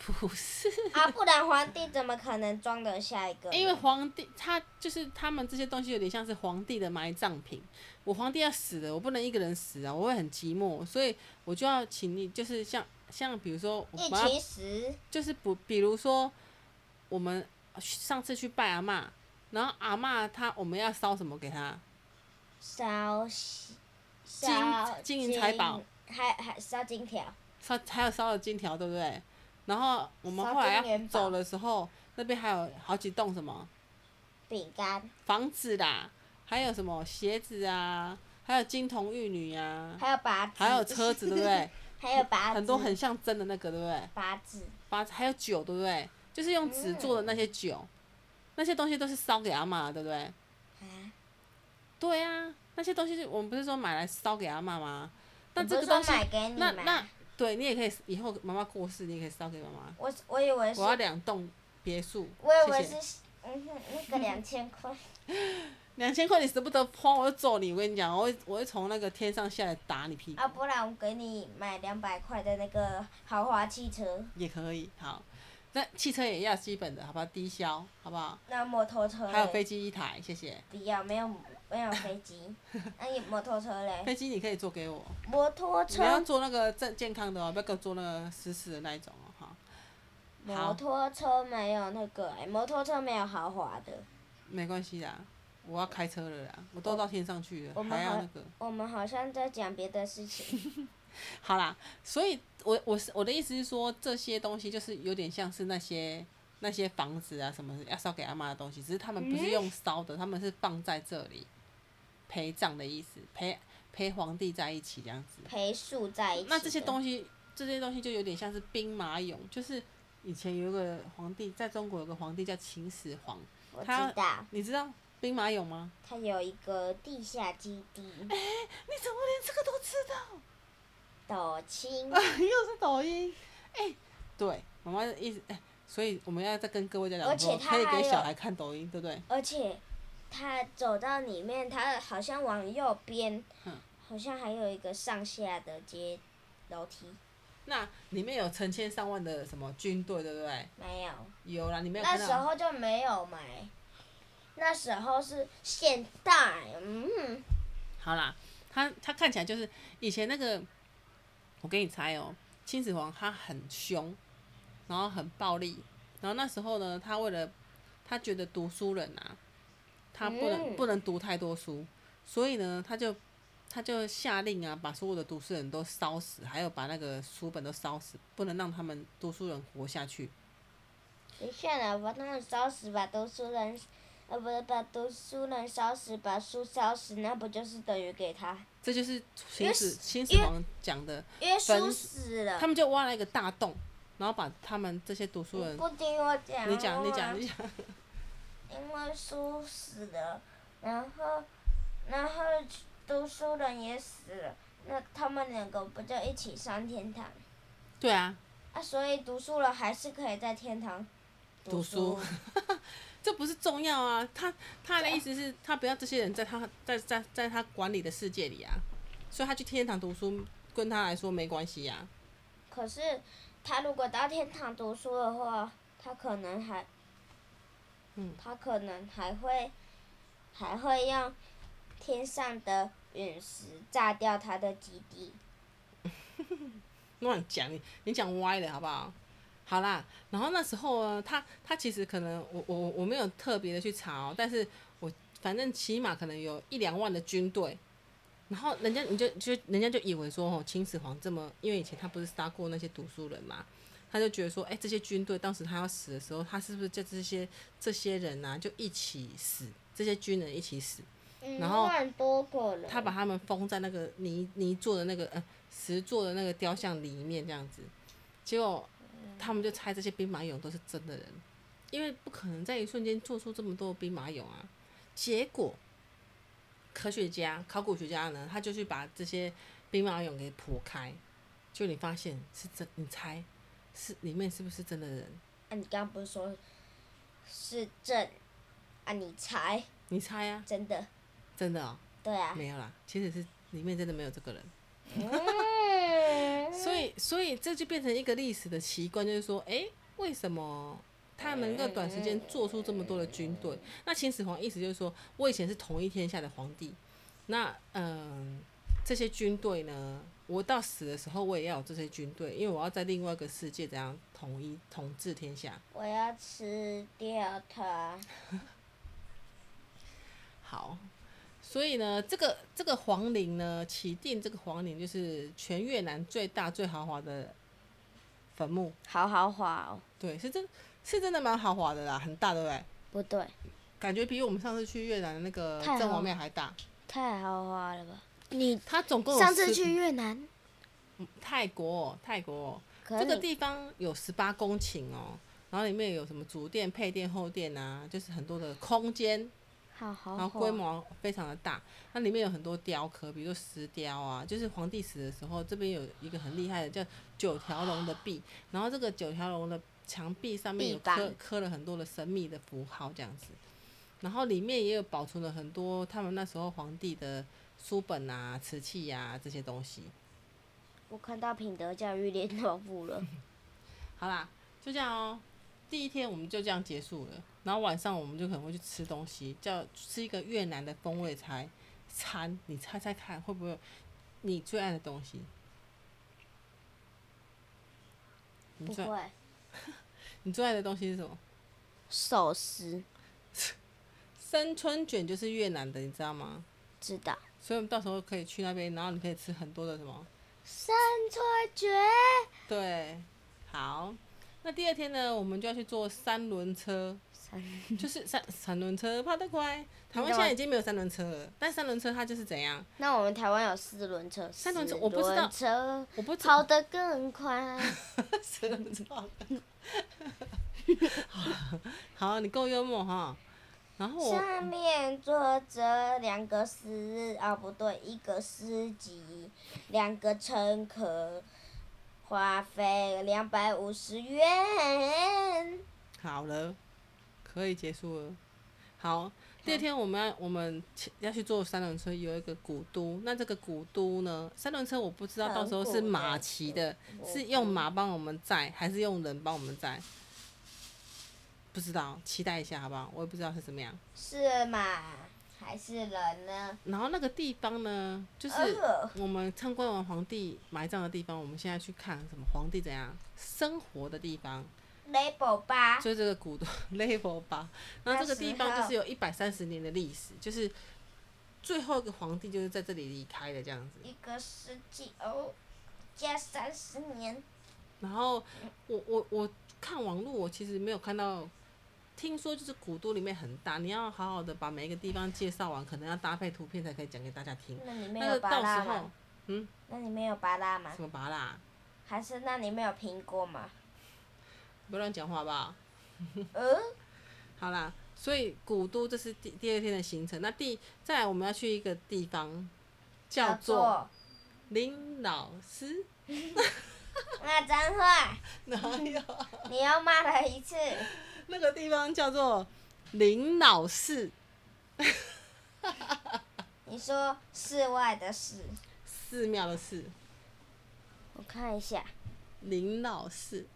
Speaker 1: 不是？
Speaker 2: 啊，不然皇帝怎么可能装得下一个 呢？
Speaker 1: 因为皇帝他就是他们这些东西有点像是皇帝的埋葬品。我皇帝要死了，我不能一个人死啊，我会很寂寞，所以我就要请你，就是像像比如说我
Speaker 2: 一
Speaker 1: 们要
Speaker 2: 起死，
Speaker 1: 就是不，比如说我们上次去拜阿嬷，然后阿嬷她我们要烧什么给她？
Speaker 2: 烧烧
Speaker 1: 金银财宝，
Speaker 2: 还还烧金条，
Speaker 1: 烧还有烧了金条，对不对？然后我们
Speaker 2: 烧
Speaker 1: 后来
Speaker 2: 金元
Speaker 1: 要
Speaker 2: 宝
Speaker 1: 走的时候，那边还有好几栋什么
Speaker 2: 饼干，
Speaker 1: 房子啦，还有什么鞋子啊，还有金童玉女啊，
Speaker 2: 还有靶子，
Speaker 1: 还 有车子，对不对？
Speaker 2: 还有靶子，
Speaker 1: 很多很像真的那个，对不对？
Speaker 2: 靶子。
Speaker 1: 八还有酒，对不对？就是用纸做的那些酒，那些东西都是烧给阿嬷的，对不对？
Speaker 2: 啊
Speaker 1: 对啊，那些东西是我们不是说买来烧给阿妈吗？那
Speaker 2: 你不
Speaker 1: 这
Speaker 2: 是
Speaker 1: 个东西
Speaker 2: 说，买给你
Speaker 1: 那
Speaker 2: 吗
Speaker 1: 那对你也可以，以后妈妈过世，你也可以烧给妈妈。
Speaker 2: 我我以为是，
Speaker 1: 我要两栋别墅，
Speaker 2: 我以为
Speaker 1: 谢嗯谢。
Speaker 2: 是，嗯哼，那个两千块，
Speaker 1: 两千块你舍不得花，我就揍你！我跟你讲，我会我会从那个天上下来打你屁股、
Speaker 2: 啊，不然我给你买两百块的那个豪华汽车，
Speaker 1: 也可以。好，那汽车也要基本的，好不好？低消，好不好？
Speaker 2: 那摩托车
Speaker 1: 还有
Speaker 2: 嘞，
Speaker 1: 飞机一台，谢谢。
Speaker 2: 不要，没有没有飞 机，那你摩托车嘞，
Speaker 1: 飞机你可以做给我，
Speaker 2: 摩托
Speaker 1: 你要
Speaker 2: 车，
Speaker 1: 做那个正健康的哦，不要给我做那个死死的那一种哦，哈。
Speaker 2: 摩托车没有那个欸，摩托车没有豪华的，
Speaker 1: 没关系啦，我要开车了啦，我都到天上去
Speaker 2: 我
Speaker 1: 了，
Speaker 2: 们
Speaker 1: 还要
Speaker 2: 好
Speaker 1: 那个。
Speaker 2: 我们好像在讲别的 事情，
Speaker 1: 好啦，所以我我是我的意思是说，这些东西就是有点像是那些那些房子啊什么要烧给阿妈的东西，只是他们不是用烧的，他们是放在这里陪葬的意思，陪陪皇帝在一起这样子。
Speaker 2: 陪树在一起的，
Speaker 1: 那这些东西，这些东西就有点像是兵马俑，就是以前有一个皇帝，在中国有个皇帝叫秦始皇，
Speaker 2: 我知
Speaker 1: 它
Speaker 2: 道，
Speaker 1: 你知道兵马俑吗？
Speaker 2: 它有一个地下基地，
Speaker 1: 你怎么连这个都知道？
Speaker 2: 斗青。
Speaker 1: 啊又是抖音，哎、对，妈妈一直哎，所以我们要再跟各位家长
Speaker 2: 而且
Speaker 1: 说，
Speaker 2: 他
Speaker 1: 可以
Speaker 2: 还
Speaker 1: 给
Speaker 2: 有
Speaker 1: 小孩看抖音，对不对？
Speaker 2: 而且它走到里面，它好像往右边
Speaker 1: 嗯，
Speaker 2: 好像还有一个上下的阶楼梯，
Speaker 1: 那里面有成千上万的什么军队，对不对？
Speaker 2: 没有。
Speaker 1: 有啦，你没有
Speaker 2: 那
Speaker 1: 看
Speaker 2: 时
Speaker 1: 到？
Speaker 2: 候就没有买，那时候是现代，嗯，
Speaker 1: 好啦，他他看起来就是以前那个，我给你猜哦，秦始皇他很凶，然后很暴力，然后那时候呢，他为了他觉得读书人啊，他不能、
Speaker 2: 嗯
Speaker 1: 不能读太多书，所以呢，他就他就下令啊，把所有的读书人都烧死，还有把那个书本都烧死，不能让他们读书人活下去。
Speaker 2: 你算了，把他们烧死，把读书人，呃，不是把读书人烧死，把书烧死，那不就是等于给他？
Speaker 1: 这就是
Speaker 2: 因
Speaker 1: 秦
Speaker 2: 为
Speaker 1: 始
Speaker 2: 是
Speaker 1: 秦始
Speaker 2: 因为
Speaker 1: 皇讲的，
Speaker 2: 因为
Speaker 1: 本
Speaker 2: 书死了
Speaker 1: 他，们就挖了一个大洞，然后把他们这些读书
Speaker 2: 你
Speaker 1: 人，
Speaker 2: 不啊听我讲，
Speaker 1: 你讲你讲你讲，
Speaker 2: 因为书死了，然后，然后读书人也死了，那他们两个不就一起上天堂？
Speaker 1: 对啊，
Speaker 2: 啊，所以读书人还是可以在天堂
Speaker 1: 读书，这不是重要啊。他他的意思是，他不要这些人在他在在在他管理的世界里啊，所以他去天堂读书，跟他来说没关系呀、啊
Speaker 2: 可是他如果到天堂读书的话，他可能还，
Speaker 1: 嗯
Speaker 2: 他可能还会，还会用天上的陨石炸掉他的基地。
Speaker 1: 乱讲，你你讲歪了好不好？好啦，然后那时候啊，他他其实可能我我我没有特别的去查哦，但是我反正起码可能有一两万的军队，然后人家你就就人家就以为说哦，秦始皇这么，因为以前他不是杀过那些读书人嘛，他就觉得说，哎，这些军队当时他要死的时候，他是不是就这些这些人呐、就一起死，这些军人一起死，
Speaker 2: 嗯，
Speaker 1: 然后
Speaker 2: 万多个人。
Speaker 1: 他把他们封在那个泥泥做的那个呃石做的那个雕像里面这样子，结果他们就猜这些兵马俑都是真的人，因为不可能在一瞬间做出这么多兵马俑啊。结果科学家、考古学家呢，他就去把这些兵马俑给剖开，就你发现是真，你猜是里面是不是真的人？
Speaker 2: 啊，你刚刚不是说是正？啊，你猜？
Speaker 1: 你猜啊，
Speaker 2: 真的？
Speaker 1: 真的哦，
Speaker 2: 对啊。
Speaker 1: 没有啦，其实是里面真的没有这个人。
Speaker 2: 嗯。
Speaker 1: 所以，所以这就变成一个历史的奇观，就是说，诶，为什么他能够短时间做出这么多的军队？那秦始皇意思就是说，我以前是统一天下的皇帝，那嗯，这些军队呢，我到死的时候我也要有这些军队，因为我要在另外一个世界怎样统一统治天下。
Speaker 2: 我要吃掉它。
Speaker 1: 好，所以呢，这个这个皇陵呢，起定这个皇陵就是全越南最大最豪华的坟墓。
Speaker 2: 好豪华哦。
Speaker 1: 对，是真，是真的蛮豪华的啦，很大，对不对？
Speaker 2: 不对，
Speaker 1: 感觉比我们上次去越南的那个
Speaker 2: 太
Speaker 1: 郑
Speaker 2: 豪
Speaker 1: 王庙还大。
Speaker 2: 太豪华了吧？你
Speaker 1: 它总共有
Speaker 2: 上次
Speaker 1: 10
Speaker 2: 去越南，
Speaker 1: 泰国，哦泰国
Speaker 2: 可
Speaker 1: 这个
Speaker 2: 你
Speaker 1: 地方有十八公顷哦，然后里面有什么主殿、配殿、后殿啊，就是很多的空间，
Speaker 2: 好好
Speaker 1: 然后规模非常的大。它里面有很多雕刻，比如说石雕啊，就是皇帝死的时候，这边有一个很厉害的叫九条龙的壁，然后这个九条龙的墙壁上面有
Speaker 2: 壁板
Speaker 1: 刻刻了很多的神秘的符号这样子，然后里面也有保存了很多他们那时候皇帝的书本啊、瓷器啊这些东西。
Speaker 2: 我看到品德教育联络部 了，
Speaker 1: 好啦，就这样哦。第一天我们就这样结束了，然后晚上我们就可能会去吃东西，叫吃一个越南的风味餐餐，你猜猜看会不会有你最爱的东西？你
Speaker 2: 不
Speaker 1: 最
Speaker 2: 会
Speaker 1: 你最爱的东西是什么？
Speaker 2: 寿司，
Speaker 1: 生春卷就是越南的，你知道吗？
Speaker 2: 知道？
Speaker 1: 所以我们到时候可以去那边，然后你可以吃很多的什么？
Speaker 2: 三错觉，
Speaker 1: 对，好。那第二天呢，我们就要去坐三轮车，
Speaker 2: 三
Speaker 1: 就是三三轮车跑得快。台湾现在已经没有三轮车了，但三轮车它就是怎样？
Speaker 2: 那我们台湾有四轮车，
Speaker 1: 三轮车我不知道
Speaker 2: 四轮车
Speaker 1: 我不知
Speaker 2: 跑得更快，
Speaker 1: 三轮车。 好，你够幽默哈。然后 我
Speaker 2: 上面坐着两个司啊，不对，一个司机，两个乘客，花费两百五十元。
Speaker 1: 好了，可以结束了。好，第二天我们要我们起要去坐三轮车，有一个古都。那这个古都呢，三轮车我不知道到时候是马骑的，是用马帮我们载，还是用人帮我们载？不知道，期待一下好不好？我也不知道是怎么样。
Speaker 2: 是马还是人呢？
Speaker 1: 然后那个地方呢，就是
Speaker 2: 呃
Speaker 1: 我们参观完皇帝埋葬的地方，我们现在去看什么皇帝怎样生活的地方，
Speaker 2: level 八，
Speaker 1: 所以这个古都 level 八。然后这个地
Speaker 2: 那
Speaker 1: 方
Speaker 2: 时
Speaker 1: 就
Speaker 2: 候
Speaker 1: 是有一百三十年的历史，就是最后一个皇帝就是在这里离开的这样子。
Speaker 2: 一个世纪哦，加三十年，
Speaker 1: 然后我我我看网络，我其实没有看到，听说就是古都里面很大，你要好好的把每一个地方介绍完，可能要搭配图片才可以讲给大家听。
Speaker 2: 那里面
Speaker 1: 那
Speaker 2: 有
Speaker 1: 个
Speaker 2: 巴
Speaker 1: 到
Speaker 2: 拉
Speaker 1: 时候
Speaker 2: 吗？那里面有巴拉吗
Speaker 1: 什？么拔啦，
Speaker 2: 还是那里面有苹果吗？
Speaker 1: 不要乱讲话好不好？
Speaker 2: 嗯，
Speaker 1: 好啦，所以古都这是第第二天的行程。那第再来我们要去一个地方，叫做林老师，
Speaker 2: 那脏话，
Speaker 1: 哪有？
Speaker 2: 你又骂了一次，
Speaker 1: 那个地方叫做林老寺，
Speaker 2: 你说室外的事，
Speaker 1: 寺庙的寺，
Speaker 2: 我看一下，
Speaker 1: 林老寺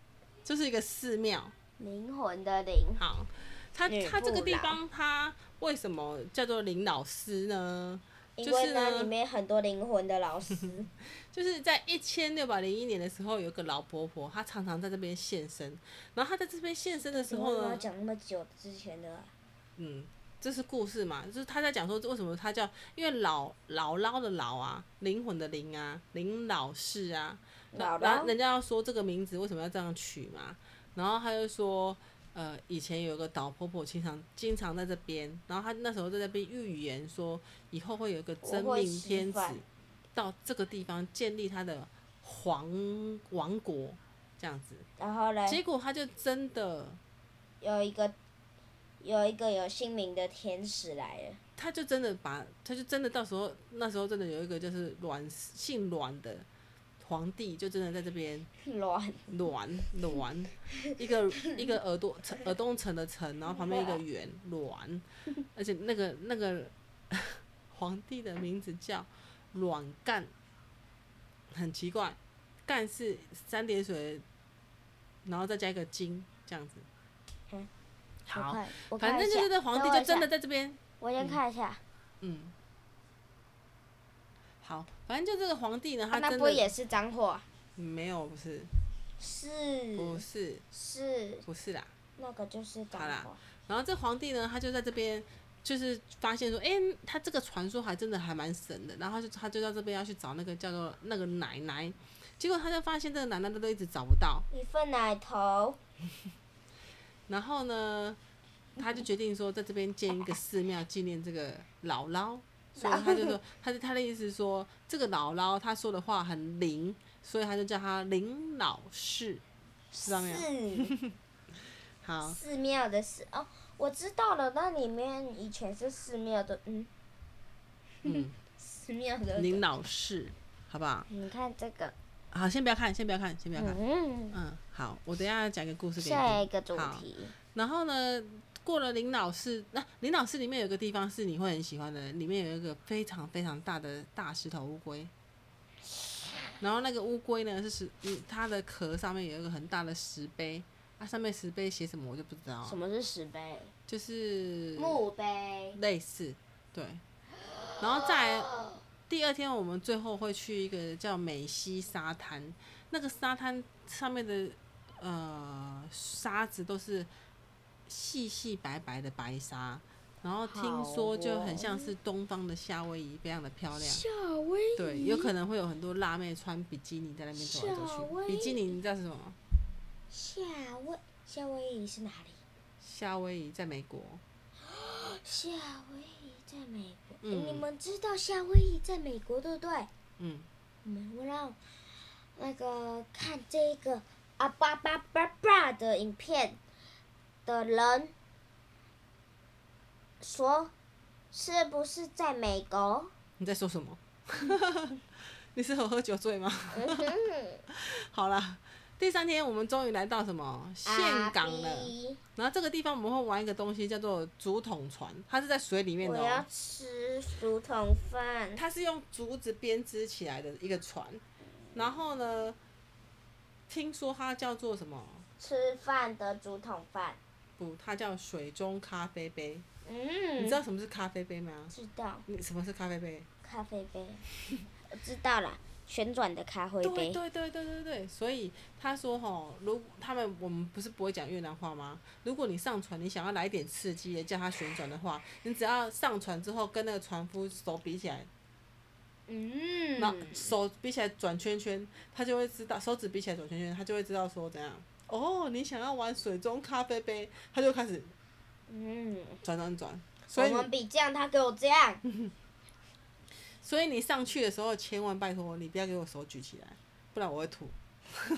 Speaker 1: 就是一个寺庙。
Speaker 2: 灵魂的灵，
Speaker 1: 好，它
Speaker 2: 女
Speaker 1: 它这个
Speaker 2: 部
Speaker 1: 地
Speaker 2: 郎
Speaker 1: 方它为什么叫做林老师呢？
Speaker 2: 因
Speaker 1: 就是
Speaker 2: 为那
Speaker 1: 呢
Speaker 2: 里面很多灵魂的老 师，
Speaker 1: 就是在一千六百零一年的时候，有个老婆婆，她常常在这边现身。然后她在这边现身的时
Speaker 2: 你为
Speaker 1: 候
Speaker 2: 什么要
Speaker 1: 呢，
Speaker 2: 讲那么久之前的啊？
Speaker 1: 嗯，这是故事嘛，就是他在讲说为什么他叫，因为老姥姥的姥啊，灵魂的灵啊，林老师啊，
Speaker 2: 姥
Speaker 1: 然后
Speaker 2: 姥，
Speaker 1: 人家要说这个名字为什么要这样取嘛，然后他就说，呃，以前有个老婆婆经常经常在这边，然后他那时候在这边预言说，以后会有一个真
Speaker 2: 我会
Speaker 1: 命
Speaker 2: 吃
Speaker 1: 天子
Speaker 2: 饭
Speaker 1: 到这个地方建立他的皇王国，这样子，
Speaker 2: 然后嘞，
Speaker 1: 结果他就真的
Speaker 2: 有一个有一个有姓名的天使来了，
Speaker 1: 他就真的把，他就真的到时候那时候真的有一个就是阮姓阮的皇帝，就真的在这边
Speaker 2: 乱，
Speaker 1: 阮阮，一 个一个耳朵城耳东城的城，然后旁边一个圆阮，而且那个那个皇帝的名字叫阮干，很奇怪，干是三点水，然后再加一个金这样子
Speaker 2: 嗯。我
Speaker 1: 好，
Speaker 2: 看，我
Speaker 1: 反
Speaker 2: 看
Speaker 1: 正
Speaker 2: 一
Speaker 1: 就
Speaker 2: 下
Speaker 1: 是这皇帝
Speaker 2: 等我
Speaker 1: 就
Speaker 2: 一下
Speaker 1: 真的在这边
Speaker 2: 我先看一下，
Speaker 1: 嗯，好，反正就这个皇帝呢，
Speaker 2: 啊
Speaker 1: 他
Speaker 2: 那
Speaker 1: 真
Speaker 2: 不
Speaker 1: 的、
Speaker 2: 也是脏话？
Speaker 1: 没有，不是，不
Speaker 2: 是
Speaker 1: 是，
Speaker 2: 是，
Speaker 1: 不是啦。
Speaker 2: 那个就是脏
Speaker 1: 好啦
Speaker 2: 话。
Speaker 1: 然后这皇帝呢，他就在这边，就是发现说，哎、他这个传说还真的还蛮神的。然后他就他就到这边要去找那个叫做那个奶奶，结果他就发现这个奶奶都一直找不到。
Speaker 2: 一份奶头，
Speaker 1: 然后呢，他就决定说，在这边建一个寺庙纪念这个姥姥。所以他就说，他的他的意思是说，这个姥姥她说的话很灵，所以他就叫她灵老氏。知道没有
Speaker 2: 寺
Speaker 1: 好，
Speaker 2: 寺庙的寺哦，我知道了，那里面以前是寺庙的，嗯，
Speaker 1: 嗯，
Speaker 2: 寺庙的。
Speaker 1: 灵老氏，好不好？
Speaker 2: 你看这个，
Speaker 1: 好，先不要看，先不要看，先不要看。
Speaker 2: 嗯，
Speaker 1: 嗯，好，我等一下讲一个故事给你听。
Speaker 2: 下一个主
Speaker 1: 好
Speaker 2: 题，
Speaker 1: 然后呢，过了林老寺，那、林老寺里面有一个地方是你会很喜欢的，里面有一个非常非常大的大石头乌龟。然后那个乌龟呢是石，嗯，它的壳上面有一个很大的石碑，它、上面石碑写什么我就不知道
Speaker 2: 什
Speaker 1: 了，
Speaker 2: 么是石碑？
Speaker 1: 就是
Speaker 2: 墓碑。
Speaker 1: 类似，对。然后再来第二天，我们最后会去一个叫美西沙滩，那个沙滩上面的呃沙子都是呃细细白白的白沙，然后听说就很像是东方的夏威夷，非常的漂亮。
Speaker 2: 夏威
Speaker 1: 对，有可能会有很多辣妹穿比基尼在那边走来
Speaker 2: 夏
Speaker 1: 走
Speaker 2: 威
Speaker 1: 去。比基尼你知道是什么吗？
Speaker 2: 夏威夏威夷是哪里？哦
Speaker 1: 夏威夷在美国，
Speaker 2: 夏威夷在美国。
Speaker 1: 嗯
Speaker 2: 你们知道夏威夷在美国对不对？
Speaker 1: 嗯，
Speaker 2: 我们会让那个看这个啊叭叭叭叭的影片的人说，是不是在美 国？
Speaker 1: 你在说什么？你是有喝酒醉吗？
Speaker 2: 嗯哼，
Speaker 1: 好啦，第三天我们终于来到什么岘港
Speaker 2: 阿
Speaker 1: 了。
Speaker 2: B，
Speaker 1: 然后这个地方我们会玩一个东西叫做竹筒船，它是在水里面
Speaker 2: 啊我
Speaker 1: 的、
Speaker 2: 要
Speaker 1: 哦，
Speaker 2: 吃竹筒饭。
Speaker 1: 它是用竹子编织起来的一个船。然后呢，听说它叫做什么？
Speaker 2: 吃饭的竹筒饭。
Speaker 1: 不，它叫水中咖啡杯。
Speaker 2: 嗯，
Speaker 1: 你知道什么是咖啡杯吗？
Speaker 2: 知道
Speaker 1: 你什么是咖啡杯？
Speaker 2: 咖啡 杯，我知道啦，旋转的咖啡
Speaker 1: 对
Speaker 2: 杯。
Speaker 1: 对对对对对，所以他说吼，如他们我们不是不会讲越南话吗？如果你上船，你想要来一点刺激的，叫它旋转的话，你只要上船之后跟那个船夫手比起来，
Speaker 2: 嗯
Speaker 1: 那、手比起来转圈圈，他就会知道手指比起来转圈圈，他就会知道说怎样。哦，你想要玩水中咖啡杯，他就开始
Speaker 2: 嗯，
Speaker 1: 转转转。所
Speaker 2: 我
Speaker 1: 以你
Speaker 2: 们比这样，他给我这样。
Speaker 1: 所以你上去的时候，千万拜托你不要给我手举起来，不然我会吐，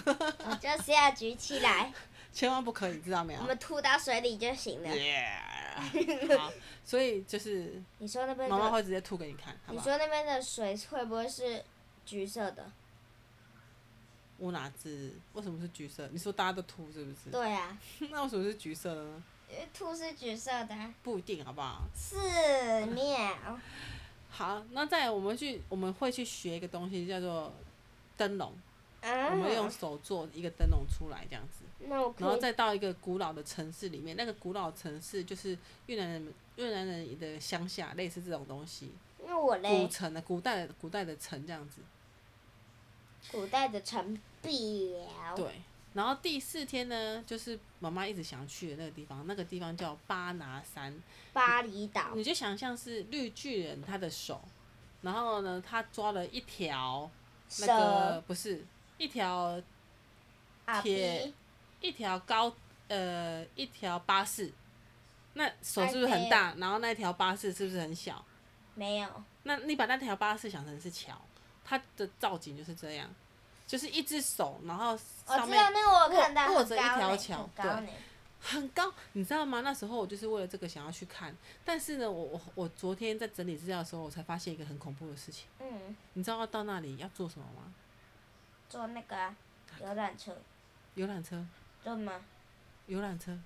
Speaker 2: 我就是要举起来，
Speaker 1: 千万不可以，知道没有
Speaker 2: 我？们吐到水里就行了。
Speaker 1: Yeah 好， 所以就是
Speaker 2: 你说那边
Speaker 1: 妈妈
Speaker 2: 的，
Speaker 1: 会直接吐给你看，好
Speaker 2: 你
Speaker 1: 不好？
Speaker 2: 说那边的水会不会是橘色的？
Speaker 1: 我哪知为什么是橘色？你说大家都吐是不是？
Speaker 2: 对啊，
Speaker 1: 那为什么是橘色的呢？
Speaker 2: 因为兔是橘色的啊。
Speaker 1: 不一定，好不好？
Speaker 2: 是面，
Speaker 1: 好，那再来我们去，我们会去学一个东西叫做灯笼，我们用
Speaker 2: 嗯，
Speaker 1: 手做一个灯笼出来这样子，
Speaker 2: 那我
Speaker 1: 然后
Speaker 2: 可以
Speaker 1: 再到一个古老的城市里面，那个古老城市就是越南人越南人的乡下，类似这种东西，
Speaker 2: 那我
Speaker 1: 古
Speaker 2: 嘞，
Speaker 1: 城的古代的古代的城这样子。
Speaker 2: 古代的城表，
Speaker 1: 对，然后第四天呢，就是妈妈一直想去的那个地方，那个地方叫巴拿山，
Speaker 2: 巴厘岛，
Speaker 1: 你就想象是绿巨人他的手，然后呢，他抓了一条那个
Speaker 2: 蛇，
Speaker 1: 不是一条
Speaker 2: 阿
Speaker 1: 铁
Speaker 2: 皮，
Speaker 1: 一条高呃一条巴士，那手是不是
Speaker 2: 哎
Speaker 1: 很
Speaker 2: 对
Speaker 1: 大？然后那条巴士是不是很小？
Speaker 2: 没有，
Speaker 1: 那你把那条巴士想成是桥，它的造景就是这样，就是一只手，然后
Speaker 2: 我
Speaker 1: 上
Speaker 2: 哦知
Speaker 1: 面
Speaker 2: 道那个我有看到
Speaker 1: 握
Speaker 2: 很
Speaker 1: 着
Speaker 2: 高
Speaker 1: 一条
Speaker 2: 呢
Speaker 1: 桥
Speaker 2: 很高
Speaker 1: 对
Speaker 2: 呢。
Speaker 1: 很高，你知道吗？那时候我就是为了这个想要去看，但是呢，我我我昨天在整理资料的时候，我才发现一个很恐怖的事情。
Speaker 2: 嗯，
Speaker 1: 你知道要到那里要做什么吗？
Speaker 2: 坐那个啊游览车，
Speaker 1: 游览车，
Speaker 2: 坐吗？
Speaker 1: 游览车，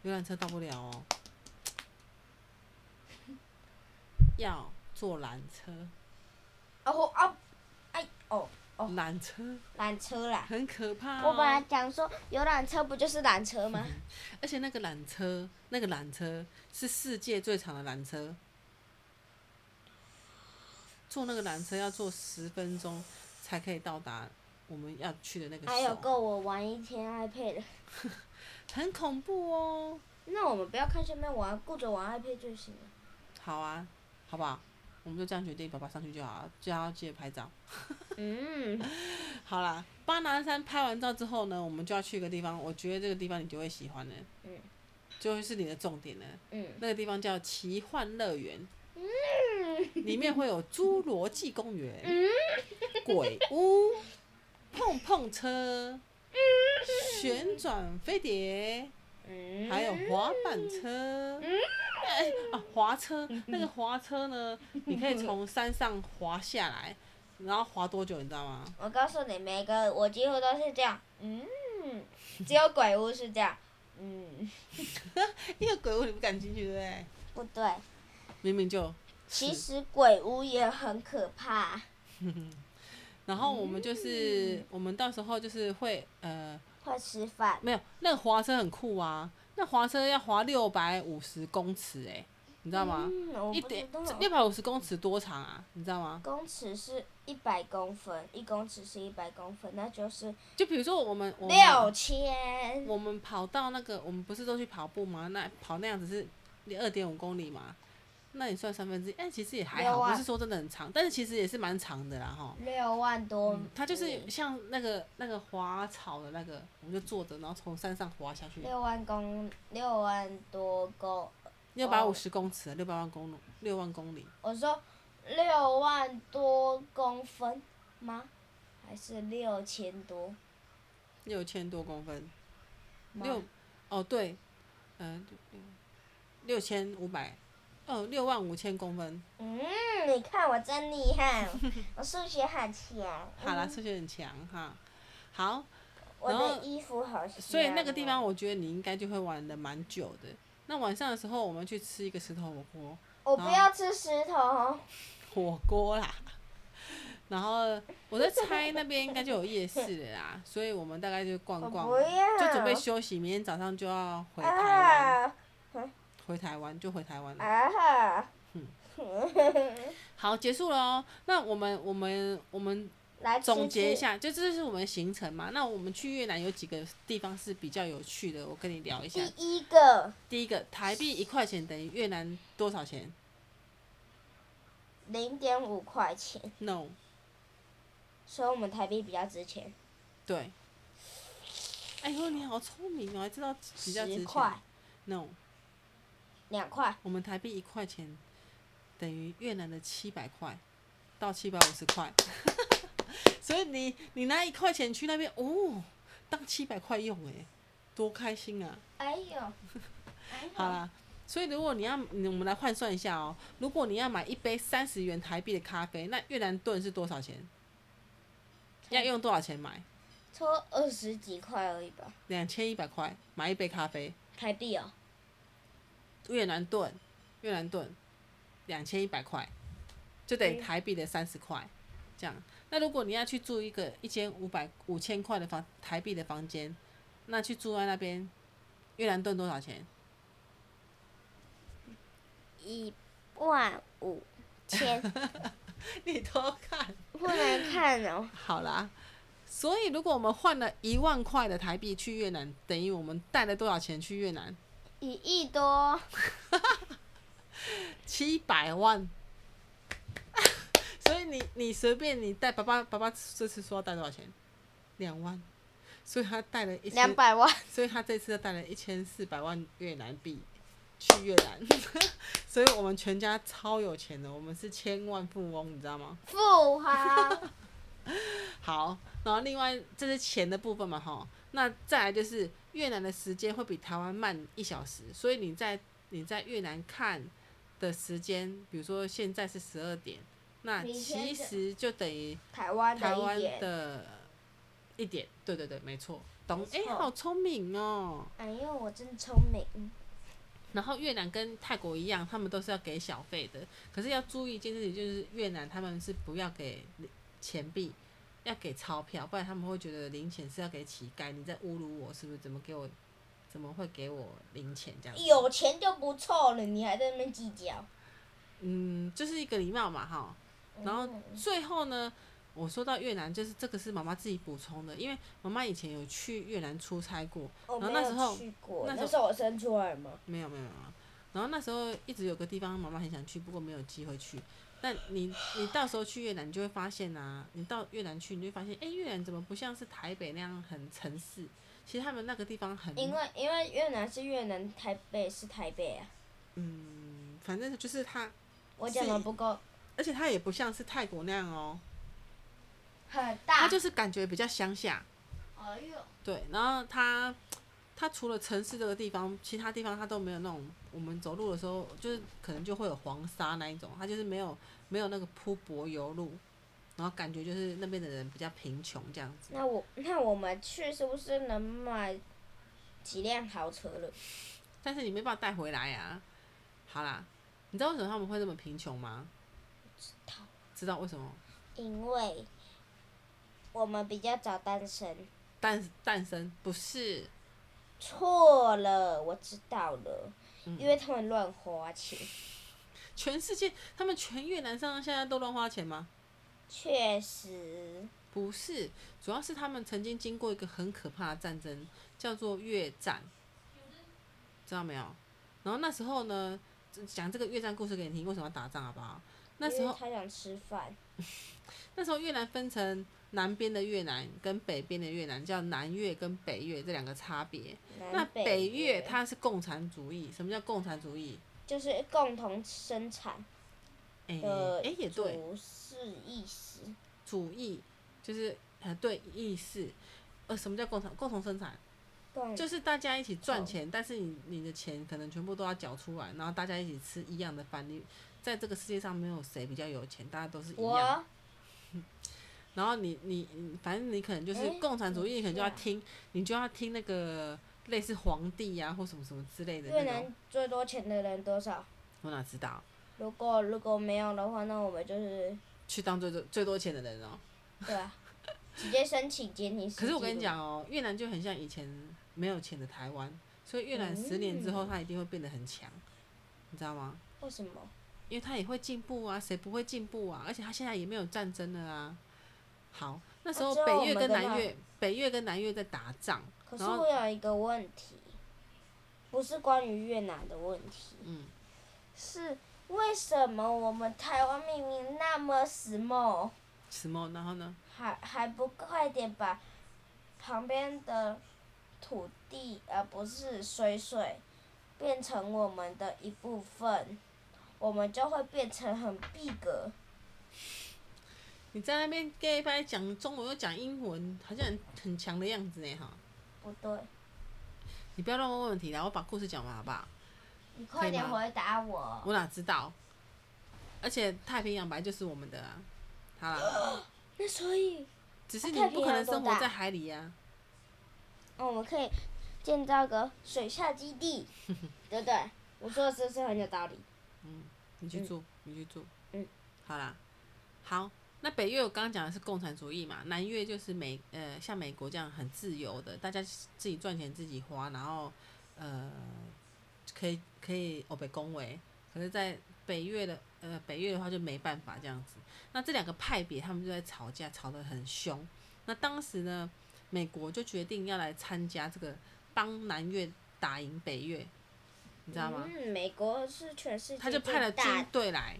Speaker 1: 游览车到不了 哦，要坐缆车，
Speaker 2: 哦哦，哎哦，哦
Speaker 1: 缆车
Speaker 2: 缆车啦！
Speaker 1: 很可怕、
Speaker 2: 我本来
Speaker 1: 哦，
Speaker 2: 讲说游览车不就是缆 车吗？
Speaker 1: 而且那个缆车，那个缆车是世界最长的缆车，坐那个缆车要坐十分钟才可以到达我们要去的那个
Speaker 2: 还有
Speaker 1: 手，
Speaker 2: 够我玩一天 iPad 了。
Speaker 1: 很恐怖哦。
Speaker 2: 那我们不要看下面玩，顾着玩 iPad 就行了。
Speaker 1: 好啊，好不好？我们就这样决定，爸爸上去就好了，就要记得拍照。
Speaker 2: 嗯，
Speaker 1: 好啦，巴拿山拍完照之后呢，我们就要去一个地方，我觉得这个地方你就会喜欢的，
Speaker 2: 嗯，
Speaker 1: 就会是你的重点了。
Speaker 2: 嗯，
Speaker 1: 那个地方叫奇幻乐园，嗯，里面会有侏罗纪公园，嗯，鬼屋，碰碰车，旋转飞碟，
Speaker 2: 嗯，
Speaker 1: 还有滑板车，哎啊，滑车，那个滑车呢，你可以从山上滑下来，然后滑多久你知道吗？
Speaker 2: 我告诉你，每个我几乎都是这样，嗯，只有鬼屋是这样，嗯，
Speaker 1: 一个鬼屋你不敢进去，对不对？
Speaker 2: 不对，
Speaker 1: 明明就，
Speaker 2: 其实鬼屋也很可怕。
Speaker 1: 然后我们就是、我们到时候就是会呃
Speaker 2: 会吃饭，
Speaker 1: 没有那个滑车很酷啊，那滑车要滑六百五十公尺哎、你知道吗？
Speaker 2: 嗯，我
Speaker 1: 一
Speaker 2: 不知
Speaker 1: 点
Speaker 2: 道。
Speaker 1: 六百五十公尺多长啊？你知道吗？
Speaker 2: 公尺是一百公分，一公尺是一百公分，那就是
Speaker 1: 就比如说我们我们
Speaker 2: 六千。
Speaker 1: 我们跑到那个我们不是都去跑步吗？那跑那样子是二点五公里嘛？那你算三分之一，哎，其实也还
Speaker 2: 六
Speaker 1: 好，
Speaker 2: 万
Speaker 1: 不是说真的很长，但是其实也是蛮长的啦哈。吼
Speaker 2: 六万多米，
Speaker 1: 它嗯就是像那个那个滑草的那个，我们就坐着，然后从山上滑下去，
Speaker 2: 六万公六万多公，
Speaker 1: 六百五十公尺，啊六百万公里，六万公里，
Speaker 2: 我说六万多公分吗？还是六千多？
Speaker 1: 六千多公分，
Speaker 2: 吗
Speaker 1: 六，哦对，嗯、六千五百，哦六万五千公分，
Speaker 2: 嗯，你看我真厉哦 害，我数学很强。
Speaker 1: 好啦，数学很强哈。好，
Speaker 2: 我
Speaker 1: 然后
Speaker 2: 的衣服好香哦。
Speaker 1: 所以那个地方，我觉得你应该就会玩的蛮久的。那晚上的时候，我们去吃一个石头火锅，
Speaker 2: 我不
Speaker 1: 然后
Speaker 2: 要吃石头，哦
Speaker 1: 火锅啦。然后我在猜那边应该就有夜市了啦，所以我们大概就逛
Speaker 2: 我
Speaker 1: 逛
Speaker 2: 不，要。
Speaker 1: 就准备休息，明天早上就要回台湾，
Speaker 2: 啊
Speaker 1: 回台湾就回台湾了。
Speaker 2: 啊哈！
Speaker 1: 好，结束了哦。那我们我们我们
Speaker 2: 来吃
Speaker 1: 总结一
Speaker 2: 吃，
Speaker 1: 下，就这是我们的行程嘛。那我们去越南有几个地方是比较有趣的，我跟你聊一下
Speaker 2: 第。一个
Speaker 1: 第一个，台币一块钱等于越南多少钱
Speaker 2: 零点五块钱，
Speaker 1: ？No，
Speaker 2: 所以我们台币比较值钱。
Speaker 1: 对。哎呦，你好聪明哦，还知道比较值
Speaker 2: 十
Speaker 1: 钱
Speaker 2: 块。
Speaker 1: No，
Speaker 2: 两块，
Speaker 1: 我们台币一块钱等于越南的七百块到七百五十块， 所以你你拿一块钱去那边哦，当七百块用哎、多开心啊！
Speaker 2: 哎 呦，哎
Speaker 1: 好啦，所以如果你要，嗯我们来换算一下哦。如果你要买一杯三十元台币的咖啡，那越南盾是多少钱？要用多少钱买？
Speaker 2: 抽二十几块而已吧，
Speaker 1: 两千一百块买一杯咖啡，
Speaker 2: 台币哦，
Speaker 1: 越南盾，越南盾，两千一百块，就等于
Speaker 2: 嗯
Speaker 1: 台币的三十块，这样。那如果你要去住一个一间五百五千块的房台币的房间，那去住在那边，越南盾多少钱？
Speaker 2: 一万五千，
Speaker 1: 你偷看。
Speaker 2: 不能看哦。
Speaker 1: 好啦，所以如果我们换了一万块的台币去越南，等于我们带了多少钱去越南？
Speaker 2: 一亿多，
Speaker 1: 七百万。所以你你随便你带爸爸爸爸这次说要带多少钱？两万，所以他带了一千
Speaker 2: 两，百万，
Speaker 1: 所以他这次带了一千四百万越南币去越南，所以我们全家超有钱的，我们是千万富翁，你知道吗？
Speaker 2: 富豪。
Speaker 1: 好，然后另外这是钱的部分嘛，哈，那再来就是越南的时间会比台湾慢一小时，所以你在你在越南看的时间，比如说现在是十二点，那
Speaker 2: 明
Speaker 1: 其
Speaker 2: 天的
Speaker 1: 实就等于
Speaker 2: 台湾
Speaker 1: 台
Speaker 2: 的
Speaker 1: 湾
Speaker 2: 一点，
Speaker 1: 的一点，对对对，没错，懂
Speaker 2: 没，
Speaker 1: 哎、
Speaker 2: 错
Speaker 1: 好聪明哦。
Speaker 2: 哎呦，我真聪明。
Speaker 1: 然后越南跟泰国一样，他们都是要给小费的，可是要注意一件事情，就是越南他们是不要给钱币，要给钞票，不然他们会觉得零钱是要给乞丐，你在侮辱我，是不是？怎么给我，怎么会给我零钱这样子？
Speaker 2: 有钱就不错了，你还在那边计较。
Speaker 1: 嗯，就是一个礼貌嘛，哈。然后
Speaker 2: 嗯
Speaker 1: 最后呢，我说到越南，就是这个是妈妈自己补充的，因为妈妈以前有去越南出差过，
Speaker 2: 我
Speaker 1: 然后
Speaker 2: 没
Speaker 1: 那时候
Speaker 2: 有去过，
Speaker 1: 那时候
Speaker 2: 那时候我生出来嘛，
Speaker 1: 没有没有没有。然后那时候一直有个地方妈妈很想去，不过没有机会去。但你你到时候去越南，你就会发现啊，你到越南去，你就会发现，哎、越南怎么不像是台北那样很城市？其实他们那个地方很，
Speaker 2: 因为因为越南是越南，台北是台北啊。
Speaker 1: 嗯，反正就是它，
Speaker 2: 我讲的不够，
Speaker 1: 而且它也不像是泰国那样哦，
Speaker 2: 很
Speaker 1: 它
Speaker 2: 大。
Speaker 1: 就是感觉比较乡下。
Speaker 2: 哎呦，
Speaker 1: 对，然后它它除了城市这个地方，其他地方它都没有那种我们走路的时候，就是可能就会有黄沙那一种，它就是没有没有那个铺柏油路，然后感觉就是那边的人比较贫穷这样子。
Speaker 2: 那我那我们去是不是能买几辆豪车了？
Speaker 1: 但是你没办法带回来啊。好啦，你知道为什么他们会这么贫穷吗？知道为什么？
Speaker 2: 因为我们比较早单身。
Speaker 1: 诞诞生不是
Speaker 2: 错了，我知道了，
Speaker 1: 嗯
Speaker 2: 因为他们乱花钱，
Speaker 1: 全世界，他们全越南上现在都乱花钱吗？
Speaker 2: 确实。
Speaker 1: 不是，主要是他们曾经经过一个很可怕的战争，叫做越战，知道没有？然后那时候呢，讲这个越战故事给你听，为什么要打仗好不好？那时
Speaker 2: 因为
Speaker 1: 候
Speaker 2: 他想吃饭，
Speaker 1: 那时候越南分成南边的越南跟北边的越南，叫南越跟北越这两个差别。那
Speaker 2: 南
Speaker 1: 北
Speaker 2: 越
Speaker 1: 越它是共产主义，什么叫共产主义？
Speaker 2: 就是共同生产
Speaker 1: 哎、
Speaker 2: 的
Speaker 1: 哎、也对，
Speaker 2: 主事意识，
Speaker 1: 主义就是呃对意识，呃什么叫共产共同生产？
Speaker 2: 共
Speaker 1: 就是大家一起赚钱，但是你你的钱可能全部都要缴出来，然后大家一起吃一样的饭。你在这个世界上没有谁比较有钱，大家都是一样。
Speaker 2: 我
Speaker 1: 然后你你你反正你可能就是
Speaker 3: 诶
Speaker 1: 共产主义，你可能就要
Speaker 2: 是啊
Speaker 1: 听，你就要听那个类似皇帝呀、或什么什么之类的
Speaker 2: 越
Speaker 1: 那种，
Speaker 2: 南最多钱的人多少？
Speaker 1: 我哪知道？
Speaker 2: 如果如果没有的话，那我们就是
Speaker 1: 去当最最最多钱的人哦、
Speaker 2: 对啊，直接申请减你。
Speaker 1: 可是我跟你，讲哦，越南就很像以前没有钱的台湾，所以越南十年之
Speaker 2: 嗯
Speaker 1: 后，它一定会变得很强，你知道吗？
Speaker 2: 为什么？
Speaker 1: 因为它也会进步啊，谁不会进步啊？而且它现在也没有战争了啊。好，那时候
Speaker 2: 哦我知道
Speaker 1: 北
Speaker 2: 我
Speaker 1: 越
Speaker 2: 们
Speaker 1: 跟
Speaker 2: 的
Speaker 1: 南
Speaker 2: 话
Speaker 1: 越，北越跟南越在打仗，
Speaker 2: 可是
Speaker 1: 然后
Speaker 2: 我有一个问题，不是关于越南的问题，
Speaker 1: 嗯，
Speaker 2: 是为什么我们台湾明明那么死猛，
Speaker 1: 什么？然后呢？
Speaker 2: 还还不快点把旁边的土地，而不是水水，变成我们的一部分，我们就会变成很逼格。
Speaker 1: 你在那边 gay 拜讲中文又讲英文，好像很很强的样子呢哈。
Speaker 2: 不对，
Speaker 1: 你不要乱问问题啦，我把故事讲完好不好？
Speaker 2: 你快点
Speaker 1: 可以吗
Speaker 2: 回答我。
Speaker 1: 我哪知道？而且太平洋本来就是我们的啊。好啦，
Speaker 2: 那所以，
Speaker 1: 只是
Speaker 2: 啊
Speaker 1: 你
Speaker 2: 太
Speaker 1: 不
Speaker 2: 平
Speaker 1: 可
Speaker 2: 洋
Speaker 1: 能
Speaker 2: 多
Speaker 1: 生活
Speaker 2: 大
Speaker 1: 在海里呀、啊
Speaker 2: 我们可以建造个水下 基地，对不对？我说的是不是很有道理？
Speaker 1: 嗯你去做，你去做。
Speaker 2: 嗯，
Speaker 1: 好啦，好。那北越我刚刚讲的是共产主义嘛，南越就是美呃像美国这样很自由的，大家自己赚钱自己花，然后呃可以可以哦被恭维。可是，在北越的呃北越的话就没办法这样子。那这两个派别他们就在吵架，吵得很凶。那当时呢，美国就决定要来参加这个帮南越打赢北越，你知道吗？
Speaker 2: 嗯，美国是全世界
Speaker 1: 他就派了
Speaker 2: 最
Speaker 1: 军
Speaker 2: 大的
Speaker 1: 队来，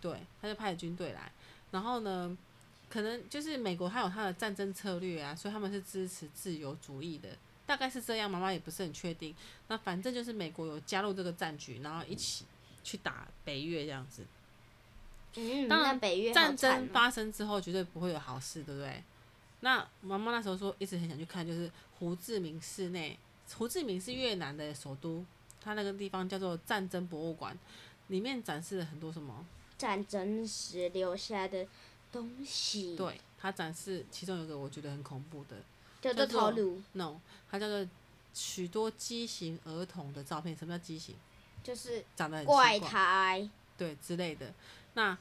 Speaker 1: 对，他就派了军队来。然后呢，可能就是美国他有他的战争策略啊，所以他们是支持自由主义的，大概是这样。妈妈也不是很确定。那反正就是美国有加入这个战局，然后一起去打北越这样子。
Speaker 2: 嗯，
Speaker 1: 当
Speaker 2: 那
Speaker 1: 然
Speaker 2: 北约
Speaker 1: 战争发生之后，绝对不会有好事，对不对？那妈妈那时候说，一直很想去看，就是胡志明市内，胡志明是越南的首都，它那个地方叫做战争博物馆，里面展示了很多什么？
Speaker 2: 战争时留下的东西，，
Speaker 1: 对，它展示其中有一个我觉得很恐怖的
Speaker 2: 叫
Speaker 1: 叫
Speaker 2: 做
Speaker 1: 做
Speaker 2: 头颅，
Speaker 1: ，no，它叫做许多畸形儿童的照片。什么叫畸形？
Speaker 2: 就是
Speaker 1: 长得很奇
Speaker 2: 怪
Speaker 1: 怪，
Speaker 2: 胎，
Speaker 1: 对之类的。那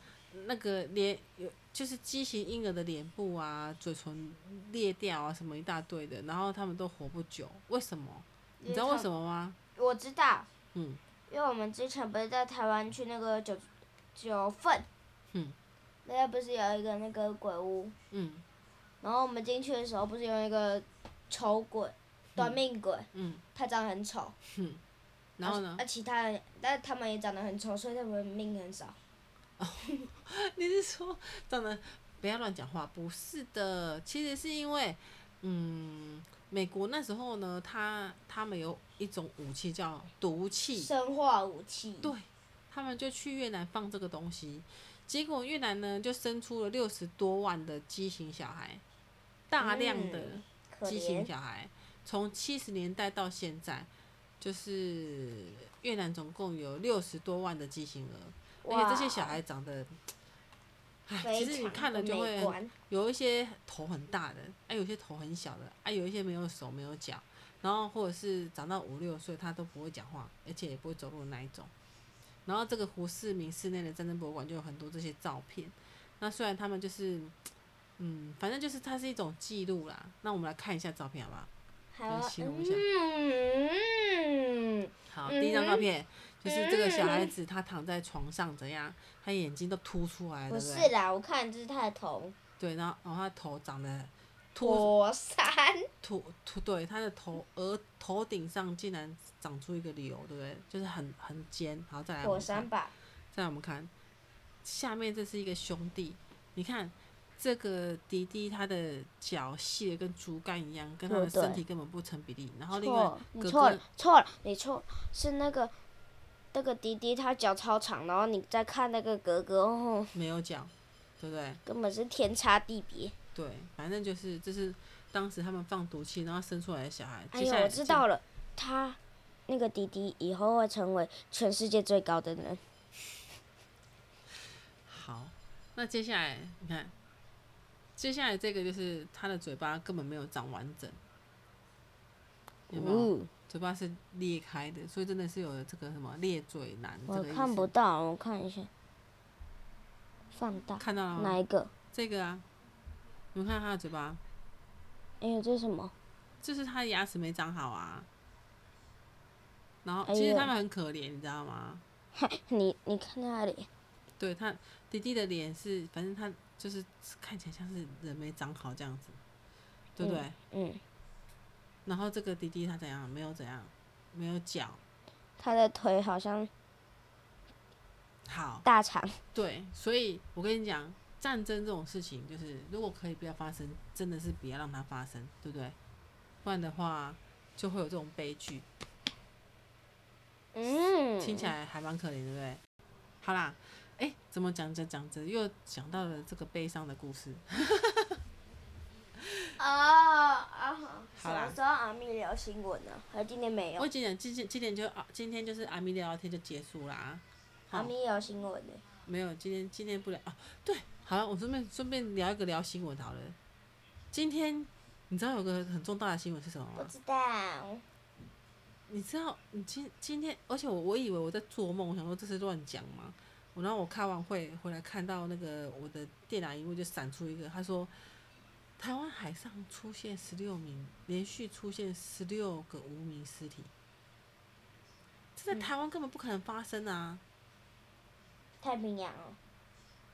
Speaker 1: 那个脸有就是畸形婴儿的脸部啊、嘴唇裂掉啊，什么一大堆的，然后他们都活不久，为什么？你知道为什么吗？
Speaker 2: 我知道，
Speaker 1: 嗯，
Speaker 2: 因为我们之前不是在台湾去那个九九份，
Speaker 1: 嗯，
Speaker 2: 那边不是有一个那个鬼屋，
Speaker 1: 嗯
Speaker 2: 然后我们进去的时候不是有一个丑鬼、短命鬼，
Speaker 1: 嗯，
Speaker 2: 他长得很丑，
Speaker 1: 然后呢
Speaker 2: 而？其他人，但他们也长得很丑，所以他们命很少。
Speaker 1: 你是说长得不要乱讲话？不是的，其实是因为，嗯，美国那时候呢，他他们有一种武器叫毒气，
Speaker 2: 生化武器，
Speaker 1: 对他们就去越南放这个东西，结果越南呢就生出了六十多万的畸形小孩，大量的
Speaker 2: 嗯可
Speaker 1: 畸形
Speaker 2: 怜，
Speaker 1: 小孩，从七十年代到现在，就是越南总共有六十多万的畸形儿，而且这些小孩长得，唉，
Speaker 2: 非
Speaker 1: 其实你
Speaker 2: 常
Speaker 1: 看了
Speaker 2: 不
Speaker 1: 就
Speaker 2: 美
Speaker 1: 会
Speaker 2: 观
Speaker 1: 有一些头很大的，哎、有一些头很小的，哎、有一些没有手没有脚，然后或者是长到五六岁他都不会讲话，而且也不会走路的那一种。然后这个胡世明室内的战争博物馆就有很多这些照片。那虽然他们就是，嗯，反正就是它是一种记录啦。那我们来看一下照片好不好？
Speaker 2: 还有
Speaker 1: 来形容一下
Speaker 2: 嗯，
Speaker 1: 好，
Speaker 2: 嗯
Speaker 1: 第一张照片就是这个小孩子他躺在床上怎样，他眼睛都凸出来了，
Speaker 2: 不
Speaker 1: 对不
Speaker 2: 是
Speaker 1: 对？
Speaker 2: 啦，我看这是他的头，
Speaker 1: 对，然后然后他头长得凸
Speaker 2: 火山，
Speaker 1: 头头对他的头额头顶上竟然长出一个瘤，对不对？就是很很尖。好，再来我
Speaker 2: 火
Speaker 1: 们看
Speaker 2: 山吧，
Speaker 1: 再来我们看下面，这是一个兄弟，你看这个迪迪他的脚细的跟竹竿一样，跟他的
Speaker 3: 对对
Speaker 1: 身体根本不成比例。然后另外
Speaker 3: 错，
Speaker 1: 哥
Speaker 3: 你
Speaker 1: 哥
Speaker 3: 错了，错了，你错了，是那个那个迪迪他脚超长，然后你再看那个格格，哦，
Speaker 1: 没有脚，对不对？
Speaker 3: 根本是天差地别。
Speaker 1: 对，反正就是这是当时他们放毒气然后生出来的小孩。
Speaker 3: 哎
Speaker 1: 接下
Speaker 3: 呀，
Speaker 1: 来
Speaker 3: 我知道了，他那个迪迪以后会成为全世界最高的人。
Speaker 1: 好，那接下来你看，接下来这个就是它的嘴巴根本没有长完整，有没有？
Speaker 4: 呜、
Speaker 1: 嘴巴是裂开的，所以真的是有这个什么裂嘴男这
Speaker 4: 我
Speaker 1: 个意思。
Speaker 4: 看不到，我看一下，放大
Speaker 1: 看到了吗
Speaker 4: 哪一个？
Speaker 1: 这个啊，你们看它的嘴巴，
Speaker 4: 哎、呦，这是什么？
Speaker 1: 就是它的牙齿没长好啊。然后
Speaker 4: 哎
Speaker 1: 其实
Speaker 4: 呦
Speaker 1: 他们很可怜，你知道吗？
Speaker 4: 你你看他的脸，
Speaker 1: 对他弟弟的脸是，反正他就是看起来像是人没长好这样子，对不对？
Speaker 4: 嗯，
Speaker 1: 然后这个弟弟他怎样？没有怎样，没有脚。
Speaker 4: 他的腿好像
Speaker 1: 好，
Speaker 4: 大肠。
Speaker 1: 对，所以我跟你讲，战争这种事情，就是如果可以不要发生，真的是不要让它发生，对不对？不然的话，就会有这种悲剧，
Speaker 4: 嗯，
Speaker 1: 听起来还蛮可怜，对不对？好啦，哎，怎么讲着讲着又讲到了这个悲伤的故事？
Speaker 4: 哦啊，
Speaker 1: 好啦
Speaker 4: 时候阿密聊新闻呢？
Speaker 2: 可是今天没有
Speaker 1: 我，今天今天今天就啊，今天就是阿咪聊聊天就结束啦。好
Speaker 2: 阿咪有新闻呢、
Speaker 1: 没有，今天今天不聊啊。对，好了，我顺便顺便聊一个聊新闻好了。今天你知道有个很重大的新闻是什么
Speaker 2: 不
Speaker 1: 吗？
Speaker 2: 知道，
Speaker 1: 你知道你今今天，而且我我以为我在做梦，我想说这是乱讲嘛。我然后我开完会回来，看到那个我的电脑荧幕就闪出一个，他说台湾海上出现十六名，连续出现十六个无名尸体，这在台湾根本不可能发生啊！
Speaker 2: 太平洋哦，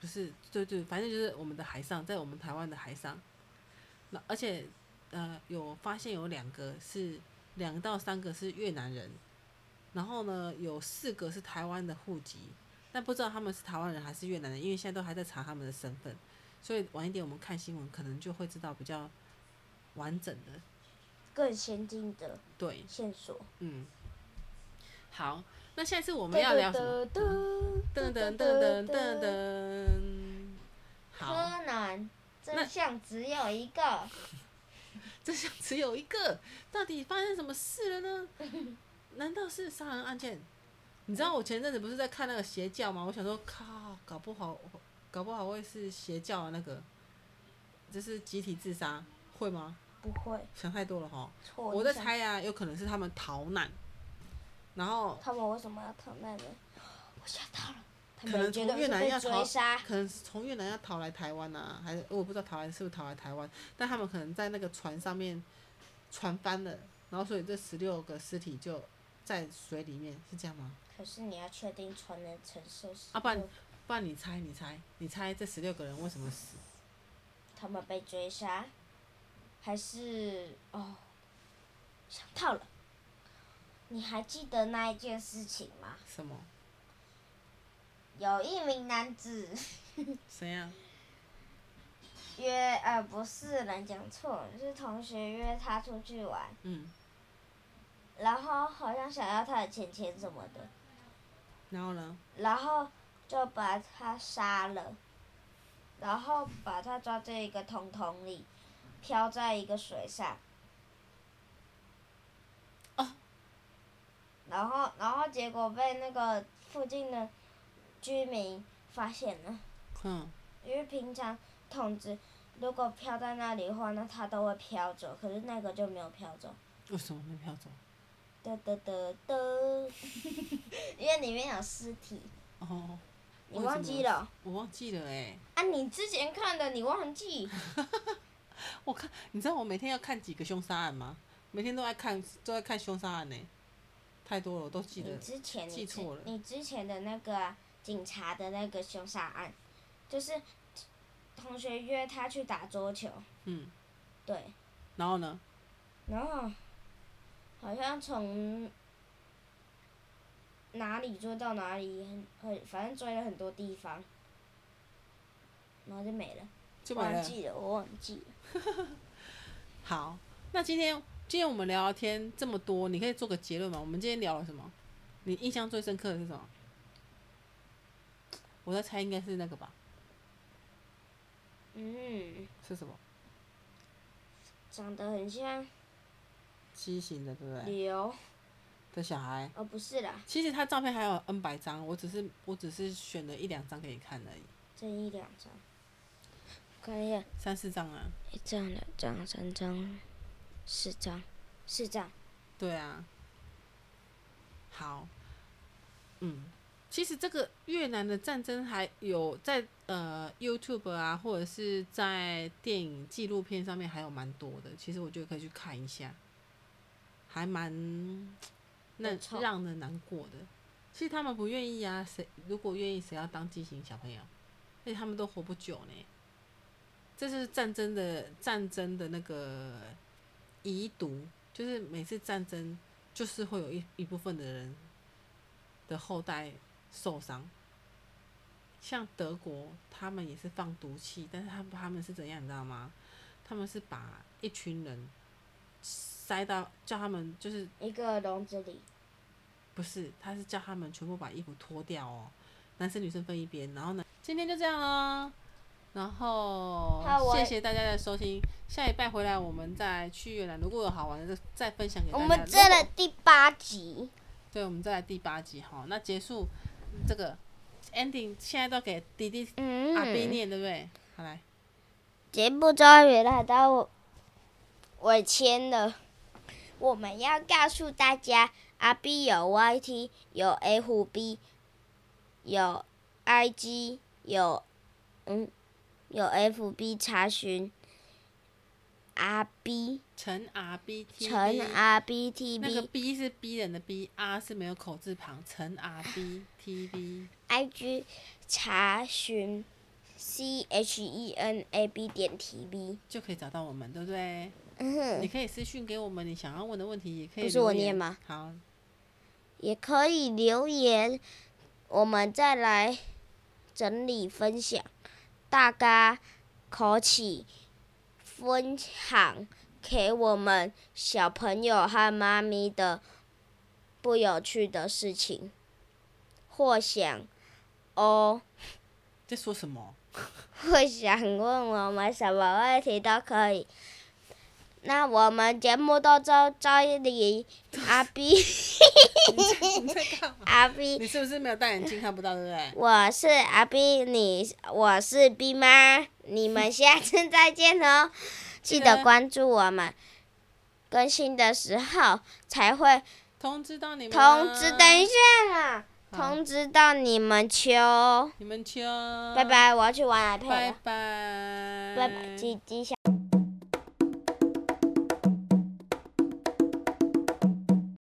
Speaker 1: 不是，对对，反正就是我们的海上，在我们台湾的海上，那而且呃有发现有两个是两到三个是越南人，然后呢有四个是台湾的户籍，但不知道他们是台湾人还是越南人，因为现在都还在查他们的身份，所以晚一点我们看新闻可能就会知道比较完整的。
Speaker 2: 更先进的
Speaker 1: 对，
Speaker 2: 线索。
Speaker 1: 嗯，好，那下次我们要聊什么？噔噔噔噔噔噔，好。
Speaker 2: 柯南
Speaker 1: 那
Speaker 2: 真相只有一个，
Speaker 1: 真相只有一个，到底发生什么事了呢？ 难道是杀人案件？你知道我前阵子不是在看那个邪教吗？我想说，靠，搞不好，搞不好会是邪教啊，那个，就是集体自杀，会吗？
Speaker 2: 不会
Speaker 1: 想太多了哈。
Speaker 2: 错。
Speaker 1: 我在
Speaker 2: 哦你想，
Speaker 1: 猜啊，有可能是他们逃难，然后
Speaker 2: 他们为什么要逃难呢？我想到了，他
Speaker 1: 可能
Speaker 2: 们绝
Speaker 1: 从
Speaker 2: 对
Speaker 1: 越
Speaker 2: 是
Speaker 1: 南要
Speaker 2: 被
Speaker 1: 逃
Speaker 2: 追杀。
Speaker 1: 可能是从越南要逃来台湾啊，还是我不知道逃来是不是逃来台湾，但他们可能在那个船上面船翻了，然后所以这十六个尸体就在水里面，是这样吗？
Speaker 2: 可是你要确定船能承受十
Speaker 1: 啊不然
Speaker 2: 六，
Speaker 1: 不然你猜，你猜，你猜这十六个人为什么死？
Speaker 2: 他们被追杀，还是哦，想到了。你还记得那一件事情吗？
Speaker 1: 什么？
Speaker 2: 有一名男子
Speaker 1: 谁呀、
Speaker 2: 约呃不是人讲错，是同学约他出去玩，
Speaker 1: 嗯，
Speaker 2: 然后好像想要他的钱钱什么的，
Speaker 1: 然后呢？
Speaker 2: 然后就把他杀了，然后把他抓进一个桶桶里，漂在一个水上。
Speaker 1: 哦
Speaker 2: 然后，然后结果被那个附近的居民发现了，
Speaker 1: 嗯，
Speaker 2: 因为平常桶子如果飘在那里的话，那它都会飘走，可是那个就没有飘走。
Speaker 1: 为什么没票走？
Speaker 2: 得得得得， 因为里面有尸体，
Speaker 1: 哦，
Speaker 2: 你
Speaker 1: 为什
Speaker 2: 忘记
Speaker 1: 么
Speaker 2: 了？
Speaker 1: 我忘记了哎、
Speaker 2: 啊，你之前看的你忘记，
Speaker 1: 我看，你知道我每天要看几个凶杀案吗？每天都在看，都在看凶杀案呢、欸太多了，我都记得
Speaker 2: 你。之前
Speaker 1: 记
Speaker 2: 你之
Speaker 1: 错了
Speaker 2: 你之前的那个啊、警察的那个凶杀案，就是同学约他去打桌球，
Speaker 1: 嗯，
Speaker 2: 对，
Speaker 1: 然后呢？
Speaker 2: 然后好像从哪里追到哪里，很很反正追了很多地方，然后就没了，
Speaker 1: 就没
Speaker 2: 忘
Speaker 1: 了。
Speaker 2: 记了，我忘记了，
Speaker 1: 好，那今天今天我们聊聊天这么多，你可以做个结论吗？我们今天聊了什么？你印象最深刻的是什么？我在猜应该是那个吧？
Speaker 2: 嗯，
Speaker 1: 是什么？
Speaker 2: 长得很像
Speaker 1: 畸形的，对不对？
Speaker 2: 刘，
Speaker 1: 的小孩。
Speaker 2: 哦不是啦，
Speaker 1: 嗯其实他照片还有 N 百张，我只是我只是选了一两张给你看而已。
Speaker 2: 这一两张。看一下，
Speaker 1: 三四张啊，
Speaker 2: 一张、两张、三张、四张，四张。
Speaker 1: 对啊，好，嗯，其实这个越南的战争还有在呃 YouTube 啊，或者是在电影纪录片上面还有蛮多的，其实我觉得可以去看一下，还蛮那
Speaker 2: 很臭
Speaker 1: 让人难过的。其实他们不愿意啊，谁如果愿意，谁要当畸形小朋友？而且他们都活不久呢。这是战争的战争的那个遗毒，就是每次战争就是会有一一部分的人的后代受伤。像德国，他们也是放毒气，但是他们他们是怎样，你知道吗？他们是把一群人塞到叫他们就是
Speaker 2: 一个笼子里，
Speaker 1: 不是，他是叫他们全部把衣服脱掉哦，男生女生分一边。然后呢，今天就这样喽。然后
Speaker 4: 好我
Speaker 1: 谢谢大家的收听，下礼拜回来我们再去越南，如果有好玩的再分享给大
Speaker 2: 我
Speaker 1: 家。
Speaker 2: 们
Speaker 1: 如
Speaker 2: 这
Speaker 1: 果
Speaker 2: 了第八集，
Speaker 1: 对，我们再来第八集哈。那结束这个 ending，现在都给弟弟阿斌
Speaker 2: 嗯，
Speaker 1: 念，对不对？好来，
Speaker 2: 节目终于来到尾签了。我们要告诉大家，阿 B 有 YT，有 FB，有 IG，有嗯，有 FB 查询阿 B
Speaker 1: 陈 R B T
Speaker 2: 乘阿 B T
Speaker 1: 那个
Speaker 2: B
Speaker 1: B 是逼人的 B，R 是没有口字旁，陈 R B T B。
Speaker 2: IG 查询 C H E N A B 点 T B。
Speaker 1: 就可以找到我们，对不对？
Speaker 2: 嗯哼
Speaker 1: 你可以私讯给我们你想要问的问题，也可以。
Speaker 2: 不是我念吗？
Speaker 1: 好，
Speaker 2: 也可以留言，我们再来整理分享大家口起分享给我们小朋友和妈咪的不有趣的事情，或想哦，
Speaker 1: 在说什么？
Speaker 2: 或想问我们什么问题都可以。那我们节目到这这里，阿 B
Speaker 1: 你在干嘛？
Speaker 2: 阿 B。
Speaker 1: 你是不是没有戴眼镜看不到，对不 对？
Speaker 2: 我是阿 B，你我是 B 妈，你们下次再见 哦！记
Speaker 1: 记
Speaker 2: 得
Speaker 1: 得
Speaker 2: 关注我们，更新的时候才会
Speaker 1: 通知到你们啊，
Speaker 2: 通知。等一下啦，
Speaker 1: 好
Speaker 2: 通知到你们秋。
Speaker 1: 你们去
Speaker 2: 拜，拜，我要去玩 iPad
Speaker 1: 拜
Speaker 2: 了，
Speaker 1: 拜，
Speaker 2: 拜拜，记记下。